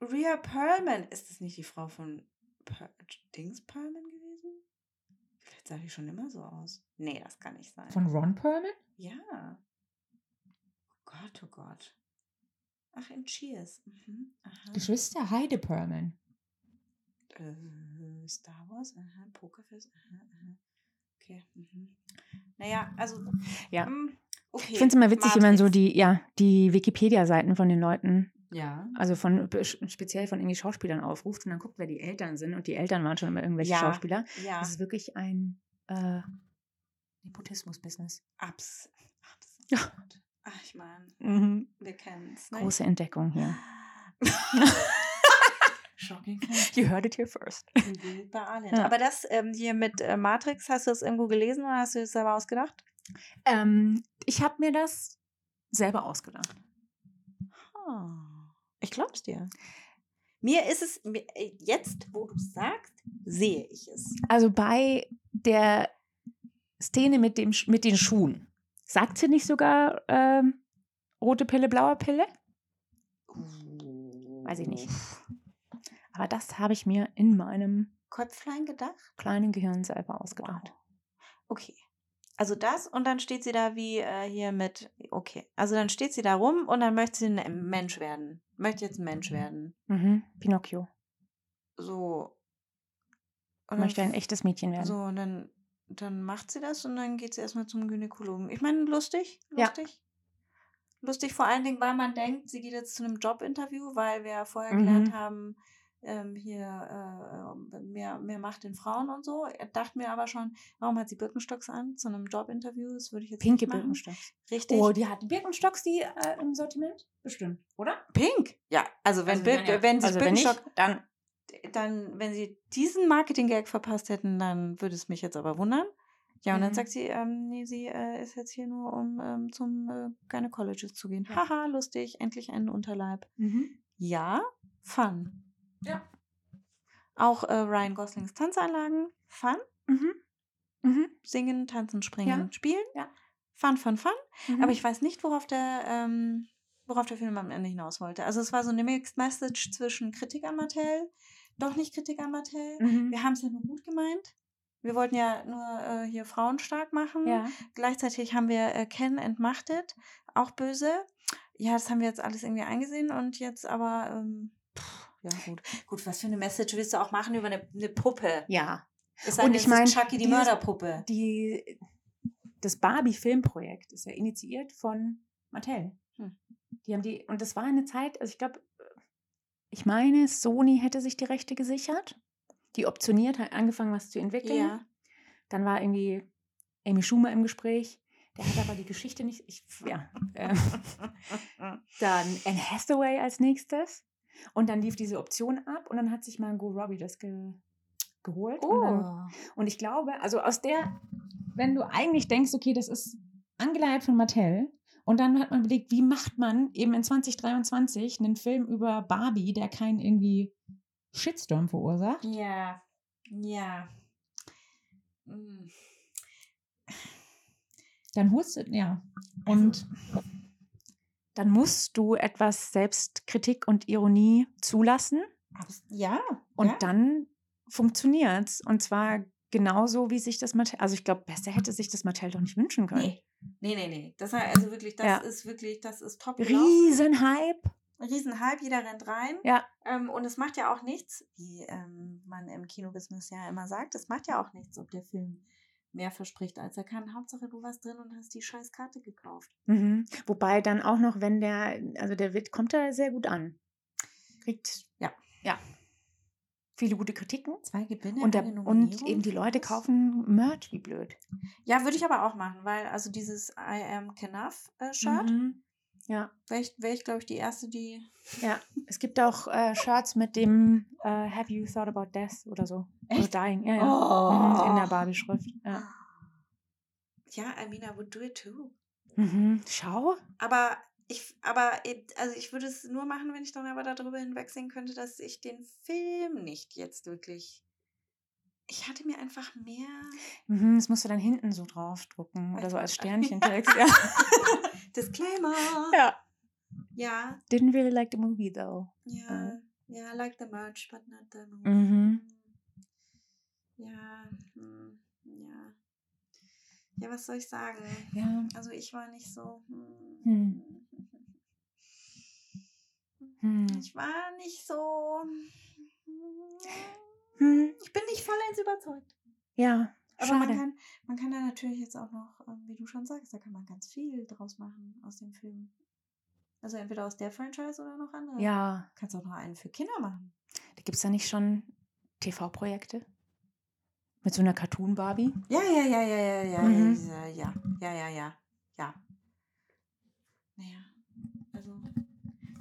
Rhea Perlman. Ist das nicht die Frau von per Dings Perlman gewesen? Vielleicht sah die schon immer so aus. Nee, das kann nicht sein.
Von Ron Perlman?
ja. Oh Gott, oh Gott. Ach, in Cheers. Mhm. Aha.
Geschwister Heide Perlman.
Äh, Star Wars, aha. Pokerface, aha, aha. Okay. Mhm. Naja, also.
Ja.
mm, Okay.
Ich finde es immer witzig, wenn man so
Matrix.
die, ja, die Wikipedia-Seiten von den Leuten,
Ja.
also von speziell von irgendwie Schauspielern aufruft und dann guckt, wer die Eltern sind. Und die Eltern waren schon immer irgendwelche
Ja.
Schauspieler.
Ja.
Das ist wirklich ein äh, Nepotismus-Business.
Abs. Abs.
Ja.
Ach, ich meine,
Mhm.
wir kennen's. ne?
Große Entdeckung hier.
*laughs* Shocking.
You heard it here first.
Bei allen.
Ja.
Aber das ähm, hier mit äh, Matrix, hast du das irgendwo gelesen oder hast du das selber ausgedacht?
*laughs* Ähm, ich habe mir das selber ausgedacht. Ah,
Ich glaub's dir. Mir ist es, mir- äh, jetzt, wo du sagst, sehe ich es.
Also bei der Szene mit, dem, Sch- mit den Schuhen. Sagt sie nicht sogar ähm, rote Pille, blaue Pille? Weiß ich
Oh,
nicht. Aber das habe ich mir in meinem
Köpflein gedacht?
kleinen Gehirn selber ausgedacht.
Okay. Also das und dann steht sie da wie äh, hier mit, okay. Also dann steht sie da rum und dann möchte sie ein Mensch werden. Möchte jetzt ein Mensch werden.
Mhm. Pinocchio.
So. Und dann
Möchte ein echtes Mädchen werden.
So, und dann, dann macht sie das und dann geht sie erstmal zum Gynäkologen. Ich meine, lustig,
Ja.
lustig. Lustig vor allen Dingen, weil man denkt, sie geht jetzt zu einem Jobinterview, weil wir ja vorher
Mhm.
gelernt haben, ähm, hier äh, mehr, mehr Macht den Frauen und so. Ich dachte mir aber schon, warum hat sie Birkenstocks an zu einem Jobinterview? Das würde ich jetzt
Pinke
nicht machen.
Birkenstocks.
Richtig.
Oh, die hatten Birkenstocks, die äh, im Sortiment? Bestimmt, oder?
Pink. Ja, also wenn,
Also
Bir
dann ja.
wenn sie
Also wenn
Birkenstock,
nicht, dann-
dann, wenn sie diesen Marketing-Gag verpasst hätten, dann würde es mich jetzt aber wundern. Ja, und dann
Mhm.
sagt sie, ähm, nee, sie äh, ist jetzt hier nur, um ähm, zum äh, Gynecologist zu gehen.
Ja.
Haha, lustig, endlich einen Unterleib.
Mhm.
Ja, fun.
Ja.
Auch äh, Ryan Goslings Tanzanlagen, fun.
Mhm. Mhm.
Singen, tanzen, springen,
Ja.
spielen.
Ja.
Fun, fun, fun.
Mhm.
Aber ich weiß nicht, worauf der, ähm, worauf der Film am Ende hinaus wollte. Also es war so eine Mixed Message zwischen Kritik an Mattel, doch nicht Kritik an Mattel.
Mhm.
Wir haben es ja nur gut gemeint. Wir wollten ja nur äh, hier Frauen stark machen.
Ja.
Gleichzeitig haben wir äh, Ken entmachtet, auch böse. Ja, das haben wir jetzt alles irgendwie eingesehen und jetzt aber, ähm, pff, ja gut. Gut, was für eine Message willst du auch machen über eine, eine Puppe?
ja.
Ist und
Und
ich
ich mein,
Chucky die
dieses-
Mörderpuppe.
Die, das Barbie-Filmprojekt ist ja initiiert von Mattel.
Hm.
Die haben die, und das war eine Zeit, also ich glaube, ich meine, Sony hätte sich die Rechte gesichert. Die optioniert, hat angefangen, was zu entwickeln.
Ja.
Dann war irgendwie Amy Schumer im Gespräch. Der hat aber die Geschichte nicht. Ich, ja.
*laughs*
ähm,
Oh.
Dann Anne Hathaway als nächstes. Und dann lief diese Option ab und dann hat sich mal Go Robbie das ge geholt. Und,
Oh.
dann, und ich glaube, also aus der, wenn du eigentlich denkst, okay, das ist angeleiert von Mattel. Und dann hat man überlegt, wie macht man eben in 2023 einen Film über Barbie, der kein irgendwie Shitstorm verursacht.
Ja, ja. Mm.
Dann holst du, ja. Und dann musst du etwas Selbstkritik und Ironie zulassen.
Abs- Ja.
Und
ja.
dann funktioniert es. Und zwar genauso, wie sich das Mattel, also ich glaube, besser hätte sich das Mattel doch nicht wünschen können.
Nee. Nee, nee, nee. Das war also wirklich, das
Ja.
ist wirklich, das ist top. gelaufen.
Riesenhype.
Riesenhype, jeder rennt rein.
Ja.
Ähm, und es macht ja auch nichts, wie ähm, man im Kinobusiness ja immer sagt, es macht ja auch nichts, ob der Film mehr verspricht, als er kann. Hauptsache, du warst drin und hast die scheiß Karte gekauft.
Mhm. Wobei dann auch noch, wenn der, also der Witt kommt da sehr gut an. Kriegt,
Ja.
ja. Viele gute Kritiken.
Zwei Gewinne
Und, der,
eine
und
Nominierung.
eben die Leute
Was?
kaufen Merch, wie blöd.
Ja, würde ich aber auch machen, weil also dieses I am Kenaf äh, Shirt,
Mhm. Ja.
wäre ich, wär ich glaube ich die erste, die.
Ja, es gibt auch äh, Shirts mit dem äh, Have you thought about death oder so.
Echt? Oh.
Oder dying, ja, ja. Mhm, In der Barbie-Schrift. Ja.
Ja, I mean, I would do it too.
Mhm. Schau.
Aber ich, aber eben- also ich würde es nur machen, wenn ich dann aber darüber hinwegsehen könnte, dass ich den Film nicht jetzt wirklich. Ich hatte mir einfach mehr.
Mhm, das musst du dann hinten so draufdrucken oder so
*laughs*
als Sternchentext. ja.
Disclaimer.
ja.
Ja,
Didn't really like the movie though.
ja, ja, like the merch, but not the movie.
Mhm.
Ja, hm, ja. Ja, was soll ich sagen?
Ja.
Also ich war nicht so. Hm.
Hm. Hm.
Ich war nicht so.
Hm.
Ich bin nicht vollends überzeugt.
Ja.
Aber man
Schade.
kann, man kann da natürlich jetzt auch noch, ähm, wie du schon sagst, da kann man ganz viel draus machen aus dem Film. Also entweder aus der Franchise oder noch andere.
Ja.
Kannst auch noch einen für Kinder machen.
Da gibt es da nicht schon TV-Projekte? Mit so einer Cartoon-Barbie?
Ja, ja, ja, ja, ja, ja,
Mhm.
ja, ja, ja, ja, ja, ja. Naja, also,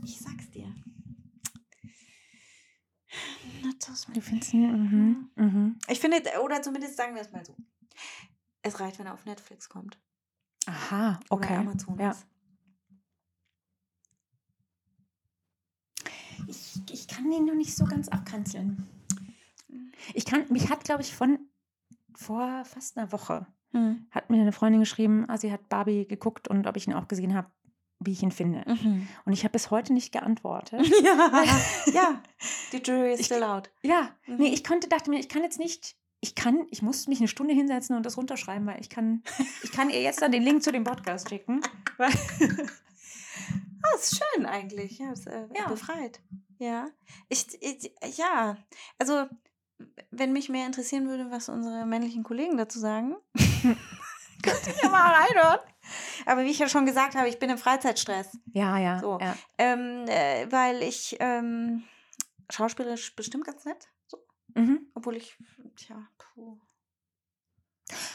ich sag's dir. Not so smart.
Du findest mhm. Mhm.
Ich finde, oder zumindest sagen wir es mal so. Es reicht, wenn er auf Netflix kommt.
Aha,
Oder
okay.
Amazon
ja.
ist.
Ich, ich kann den noch nicht so ganz abkanzeln. Ich kann, mich hat, glaube ich, von vor fast einer Woche hat mir eine Freundin geschrieben, ah, sie hat Barbie geguckt und ob ich ihn auch gesehen habe, wie ich ihn finde. Und ich habe bis heute nicht geantwortet.
*laughs* Ja, ja, die Jury is
Ich-
still out.
*laughs* ja,
Mhm.
nee, ich konnte, dachte mir, ich kann jetzt nicht, ich kann, ich muss mich eine Stunde hinsetzen und das runterschreiben, weil ich kann, ich kann ihr jetzt dann den Link zu dem Podcast schicken. Weil,
Ah, ist schön eigentlich. Ja, ist äh,
Ja.
befreit. Ja. Ich, ich, ja, also wenn mich mehr interessieren würde, was unsere männlichen Kollegen dazu sagen, könnte ich ja mal reinhören. Aber wie ich ja schon gesagt habe, ich bin im Freizeitstress,
ja, ja,
So.
ja.
ähm, äh, weil ich ähm, schauspielerisch bestimmt ganz nett, so,
Mhm.
obwohl ich, tja, puh.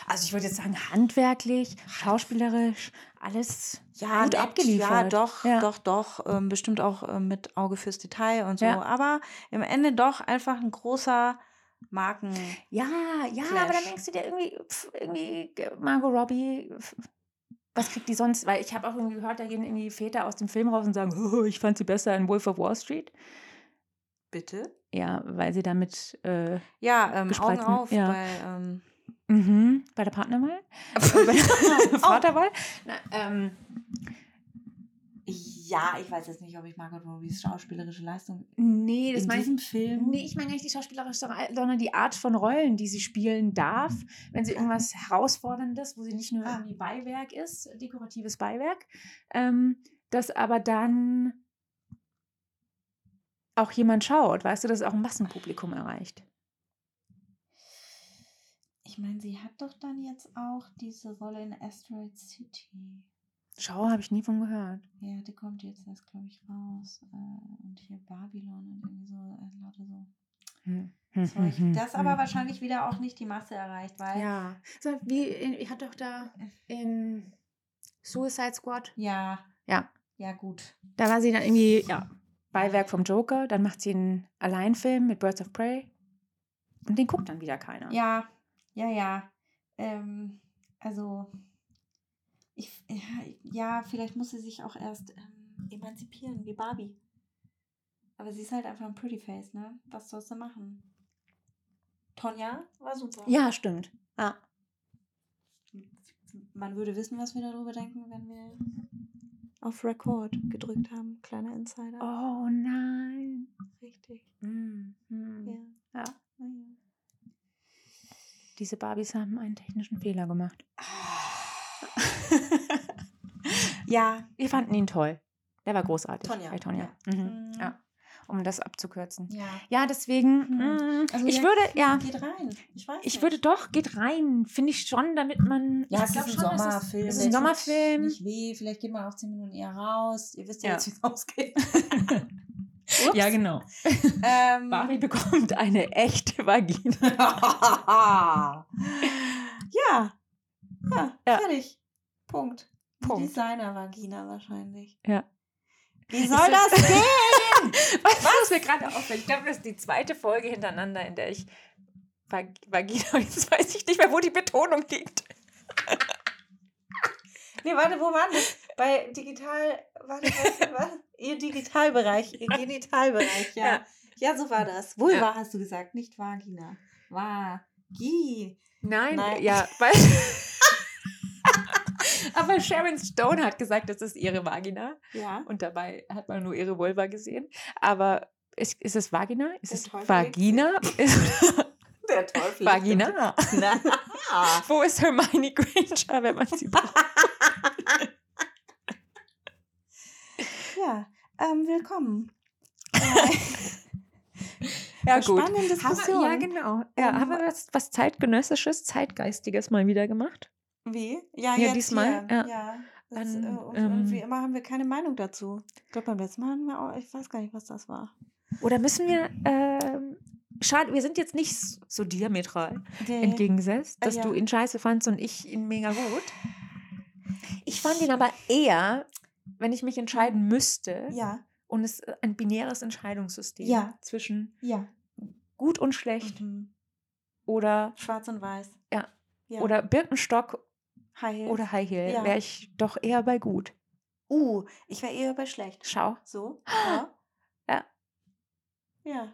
Also ich würde jetzt sagen, handwerklich, schauspielerisch, alles
Ja,
gut
nett,
abgeliefert.
Ja, doch,
Ja.
doch, doch. Ähm, bestimmt auch ähm, mit Auge fürs Detail und so.
Ja.
Aber im Ende doch einfach ein großer Marken.
Ja, ja, aber
Clash.
dann denkst du dir irgendwie, pf, irgendwie äh, Margot Robbie, pf, was kriegt die sonst? Weil ich habe auch irgendwie gehört, da gehen irgendwie Väter aus dem Film raus und sagen, *laughs* oh, ich fand sie besser in Wolf of Wall Street.
Bitte?
Ja, weil sie damit äh,
Ja, ähm, Augen
Gespreizten-
auf
ja.
bei. Ähm,
mhm, bei der *laughs* Partnerwahl, äh, bei der Vaterwahl. Na, ähm,
ja, ich weiß jetzt nicht, ob ich Margot Robbie's schauspielerische Leistung
nee, das
in
meine ich
diesem Film.
Nee, ich meine gar nicht die schauspielerische, sondern die Art von Rollen, die sie spielen darf, wenn sie irgendwas Herausforderndes, wo sie nicht nur
Ah.
irgendwie Beiwerk ist, dekoratives Beiwerk, ähm, dass aber dann auch jemand schaut, weißt du, dass es auch ein Massenpublikum erreicht.
Ich meine, sie hat doch dann jetzt auch diese Rolle in Asteroid City.
Schau, habe ich nie von gehört.
Ja, die kommt jetzt erst, glaube ich, raus. Äh, und hier Babylon und irgendwie so äh, lauter so.
Hm. *laughs*
Zeug.
Hm,
Das
hm,
aber
hm.
wahrscheinlich wieder auch nicht die Masse erreicht, weil.
Ja. So, wie, in, ich hatte doch da
Äh.
in Suicide Squad
Ja.
Ja.
Ja, gut.
Da war sie dann irgendwie, ja, Beiwerk vom Joker. Dann macht sie einen Alleinfilm mit Birds of Prey. Und den guckt dann wieder keiner.
Ja, ja, ja. Ähm, also, ich, ja, ja, vielleicht muss sie sich auch erst ähm, emanzipieren, wie Barbie. Aber sie ist halt einfach ein Pretty Face, ne? Was sollst du machen? Tonja war super.
Ja, stimmt.
Ah.
Ja.
Man würde wissen, was wir darüber denken, wenn wir auf Record gedrückt haben. Kleiner Insider.
Oh nein.
Richtig.
Mhm.
Ja.
Oh. Ja. Diese Barbies haben einen technischen Fehler gemacht.
Ah. *laughs* Ja.
Wir fanden ihn toll. Der war großartig.
Tonja.
Bei Tonja. Mhm. ja. Um das abzukürzen.
Ja.
Ja, deswegen.
Mhm.
mm,
Also
ich
ja,
würde, ja,
Geht rein. Ich weiß
ich
nicht.
würde doch, geht rein, finde ich schon, damit man.
Ja,
ich
es ist
glaub schon,
ein
dass
Sommerfilm.
Es ist ein
Der tut
Sommerfilm.
Nicht weh, vielleicht geht man auch zehn Minuten eher raus. Ihr wisst ja,
Ja.
jetzt, wie es *laughs* ausgeht.
Ja, genau.
Ähm,
Barbie bekommt eine echte Vagina.
ja. *laughs* ja.
Ja.
fertig. Punkt.
Punkt.
Designer-Vagina wahrscheinlich.
Ja.
Wie
so-
soll das
*laughs*
gehen?
Weißt du, *laughs* was mir gerade auffällt? Ich glaube, das ist die zweite Folge hintereinander, in der ich Vag Vagina, *laughs* und jetzt weiß ich nicht mehr, wo die Betonung liegt.
Nee, warte, wo waren das? Bei digital, warte,
*laughs*
was, was? Ihr Digitalbereich, ihr Genitalbereich, ja. ja.
Ja.
so war das. Vulva hast du gesagt, nicht Vagina. Vagi.
Nein,
Nein.
ja,
*laughs*
weil. *laughs* Aber Sharon Stone hat gesagt, das ist ihre Vagina.
Ja.
Und dabei hat man nur ihre Vulva gesehen. Aber ist, ist es Vagina? Ist
Der
es
Teufel
*laughs* Vagina? Ist
Der
*laughs*
Teufel.
Vagina?
Na,
Wo ist Hermione Granger, wenn man sie braucht?
ja,
*laughs*
ähm, willkommen.
*laughs*
Äh,
Ja,
Spannende
Haben
Diskussion.
wir, ja, genau. Ja, haben wir was, was zeitgenössisches, zeitgeistiges mal wieder gemacht?
Wie? Ja,
Ja,
jetzt
diesmal,
Hier. Ja.
ja.
Das,
Dann,
äh, und, und wie
ähm,
immer haben wir keine Meinung dazu. Ich glaube, beim letzten Mal hatten wir auch, ich weiß gar nicht, was das war.
Oder müssen wir, ähm, schade, wir sind jetzt nicht s- so diametral
Der,
entgegengesetzt,
Äh,
dass
ja.
du ihn scheiße fandst und ich ihn mega gut. Ich fand ihn aber eher, wenn ich mich entscheiden müsste,
Ja,
und es ist ein binäres Entscheidungssystem
Ja.
zwischen
ja.
gut und schlecht
Mhm.
oder,
Schwarz und weiß.
Ja.
ja.
oder Birkenstock
High Heels.
oder High Heel,
Ja.
wäre ich doch eher bei gut.
Uh, ich war eher bei schlecht.
Schau,
So. Ja.
Ah, Ja.
Ja,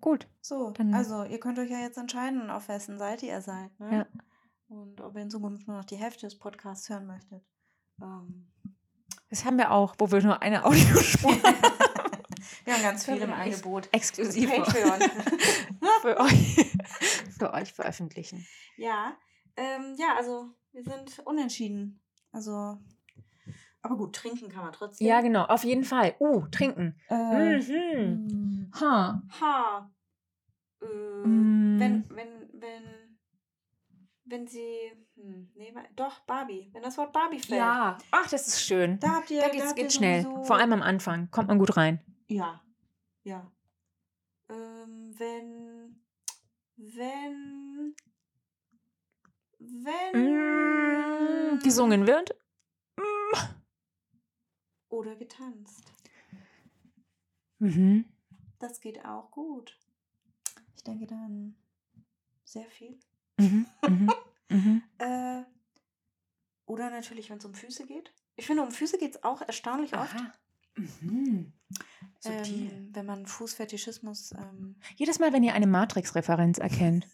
gut.
so.
Dann-
also, ihr könnt euch ja jetzt entscheiden, auf wessen Seite ihr seid. Ne?
Ja.
Und ob ihr in Zukunft nur noch die Hälfte des Podcasts hören möchtet.
*laughs*
Ähm,
Das haben wir auch, wo wir nur
*laughs*
eine Audiospur *laughs*
wir haben ganz viel im
Echt?
Angebot.
exklusiv
Patreon. *laughs*
für euch, für euch veröffentlichen.
Ja, ähm, ja, also wir sind unentschieden. Also, aber gut, trinken kann man trotzdem.
Ja, genau, auf jeden Fall. Uh, trinken.
Äh,
Mhm.
hm,
Ha.
Ha. Äh,
Mm.
Wenn, wenn, wenn, wenn sie, hm, nee, wa- doch, Barbie. Wenn das Wort Barbie fällt.
Ja. Ach, das ist schön.
Da habt ihr,
Da
da
geht's,
habt ihr
geht's schnell.
sowieso-
Vor allem am Anfang. Kommt man gut rein.
Ja, ja. Ähm, wenn, wenn, wenn,
Mm, gesungen wird.
oder getanzt.
Mhm.
Das geht auch gut. Ich denke dann sehr viel.
Mhm. Mhm.
*laughs*
Mhm.
Äh, oder natürlich, wenn es um Füße geht. Ich finde, um Füße geht es auch erstaunlich oft.
Aha. Mhm. Subtil.
Ähm, wenn man Fußfetischismus. Ähm,
Jedes Mal, wenn ihr eine Matrix-Referenz *laughs* erkennt.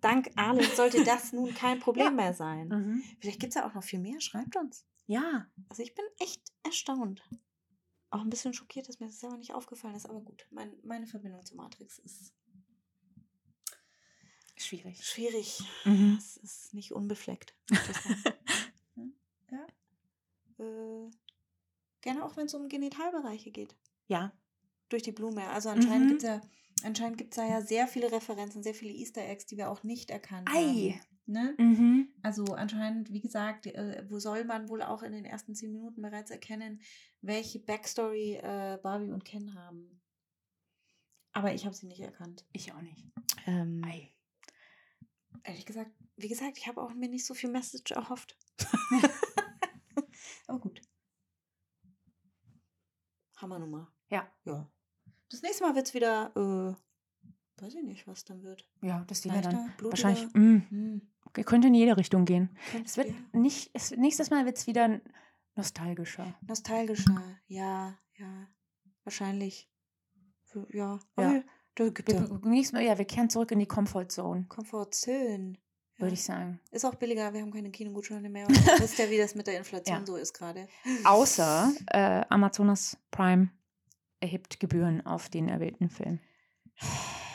Dank Alex sollte das nun
*laughs*
kein Problem
Ja.
mehr sein. Vielleicht gibt es ja auch noch viel mehr. Schreibt uns.
Mhm. Ja.
Also ich bin echt erstaunt. Auch ein bisschen schockiert, dass mir das selber nicht aufgefallen ist. Aber gut, mein, meine Verbindung zu Matrix ist
Schwierig.
schwierig.
Mhm.
Das ist nicht unbefleckt. möchte ich
*laughs*
sagen. ja. Äh, gerne auch, wenn es um Genitalbereiche geht.
Ja.
Durch die Blume. Also anscheinend
Mhm.
gibt es ja, anscheinend gibt's da ja sehr viele Referenzen, sehr viele Easter Eggs, die wir auch nicht erkannt haben.
Ei.
Ne?
Mhm.
Also anscheinend, wie gesagt, äh, wo soll man wohl auch in den ersten zehn Minuten bereits erkennen, welche Backstory äh, Barbie und Ken haben. Aber ich habe sie nicht erkannt.
Ich auch nicht.
Ähm,
Ei.
ehrlich gesagt, wie gesagt, ich habe auch mir nicht so viel
*laughs*
Message erhofft. Aber gut. Hammernummer.
Ja.
Ja. Das nächste Mal wird es wieder, äh, weiß ich nicht, was dann wird.
Ja, das sehen wir
Leichter,
dann.
blutiger.
Wahrscheinlich. Mhm.
Hm.
Okay, könnte in jede Richtung gehen.
Könnte-
Es wird
ja.
nicht, es, nächstes Mal wird es wieder nostalgischer.
Nostalgischer, ja, ja. Wahrscheinlich. So, Ja.
Ja.
Aber Da gibt
Wir,
ja
nächstes Mal, ja, wir kehren zurück in die Comfortzone,
Komfort 10. Ja.
würde ich sagen.
Ist auch billiger, wir haben keine
*laughs*
Kinogutscheine mehr. Und ihr wisst ja, wie das mit der Inflation
Ja.
so ist gerade.
Außer äh, Amazonas Prime erhebt Gebühren auf den erwähnten Film. *laughs*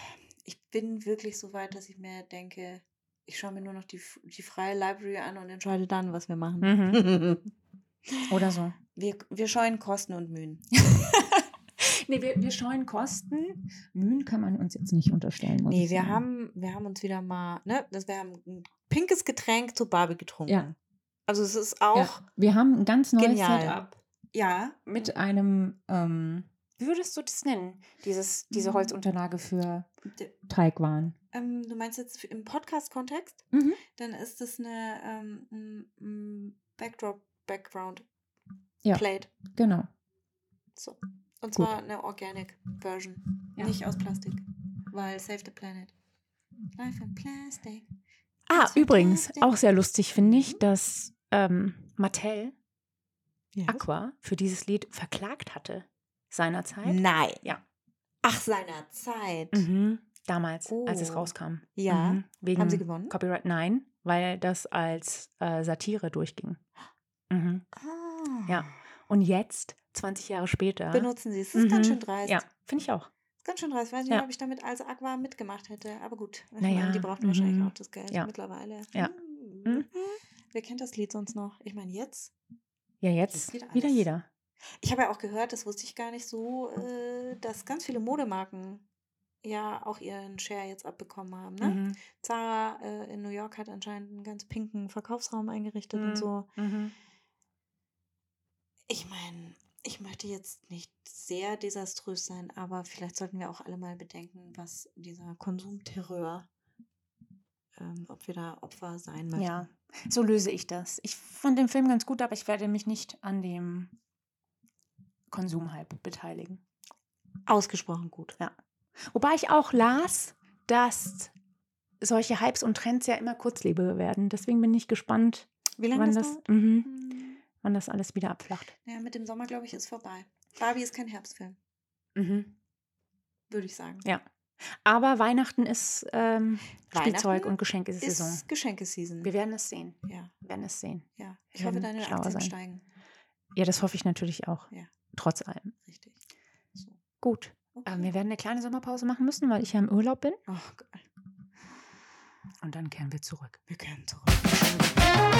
Ich bin wirklich so weit, dass ich mir denke, ich schaue mir nur noch die, die freie Library an und entscheide dann, was wir machen.
Mhm. *laughs* Oder so.
Wir, wir scheuen Kosten und Mühen.
Nee, wir, wir scheuen Kosten. Mühen kann man uns jetzt nicht unterstellen. muss
Nee,
ich
wir
sagen.
haben, wir haben uns wieder mal, ne, das, wir haben ein pinkes Getränk zu Barbie getrunken.
Ja.
Also es ist auch,
Ja, wir haben ein ganz neues
Genial.
Setup
ja,
mit einem, ähm, wie würdest du das nennen? Dieses, diese Holzunterlage für
d-
Teigwaren.
ähm, du meinst jetzt im Podcast-Kontext,
Mhm.
dann ist das eine ähm, ein- ein Backdrop, Background
Ja.
Plate.
Genau.
So. Und
Gut.
zwar eine Organic Version.
Ja.
Nicht aus Plastik. Weil Save the Planet. Life in Plastic.
Ah,
That's
übrigens,
fantastic.
auch sehr lustig finde
Mhm.
ich, dass ähm, Mattel
Ja.
Aqua für dieses Lied verklagt hatte. Seinerzeit.
Nein.
Ja.
Ach, seiner Zeit.
Mhm. Damals, als
Oh.
es rauskam.
Ja.
Mhm. Wegen
Haben sie gewonnen?
Copyright? Nein, weil das als äh, Satire durchging. Mhm.
Ah.
Ja. Und jetzt, 20 Jahre später.
Benutzen sie es. Das ist ganz
Mhm.
schön dreist.
Ja, finde ich auch.
Ganz schön dreist. Weiß nicht,
Ja.
ob ich damit als Aqua mitgemacht hätte. Aber gut. Ich
Naja,
meine, die brauchten wahrscheinlich
mhm.
auch das Geld
Ja.
mittlerweile.
Ja.
Hm.
Mhm.
Wer kennt das Lied sonst noch? Ich meine, jetzt.
Ja, jetzt
geht
wieder
alles.
jeder.
Ich habe ja auch gehört, das wusste ich gar nicht so,
Hm.
äh, dass ganz viele Modemarken ja auch ihren Share jetzt abbekommen haben. Ne?
Mhm.
Zara äh, in New York hat anscheinend einen ganz pinken Verkaufsraum eingerichtet
Mhm.
und so.
Mhm.
Ich meine, ich möchte jetzt nicht sehr desaströs sein, aber vielleicht sollten wir auch alle mal bedenken, was dieser Konsumterror, ähm, ob wir da Opfer sein möchten.
Ja, so löse ich das. Ich fand den Film ganz gut, aber ich werde mich nicht an dem Konsumhype beteiligen.
Ausgesprochen gut.
Wobei ich auch las, dass solche Hypes und Trends ja immer kurzlebige werden. Deswegen bin ich gespannt,
Wie lange
wann
das,
das,
dauert?
mhm,
Hm,
wann das alles wieder abflacht.
Ja, mit dem Sommer, glaube ich, ist vorbei. Barbie ist kein Herbstfilm,
Mhm.
würde ich sagen.
Ja. Aber Weihnachten ist ähm, Spielzeug
Weihnachten
und Geschenk ist Saison.
ist Geschenkeseason.
Wir werden es sehen.
Ja,
Wir werden es sehen.
ja. Ich
Wir
hoffe,
werden
deine
schlauer
Aktien
sein.
steigen.
Ja, das hoffe ich natürlich auch.
Ja.
Trotz allem.
Richtig. So.
Gut.
Okay.
Ähm, wir werden eine kleine Sommerpause machen müssen, weil ich ja im Urlaub bin.
Ach, Gott.
Und dann kehren wir zurück.
wir können zurück.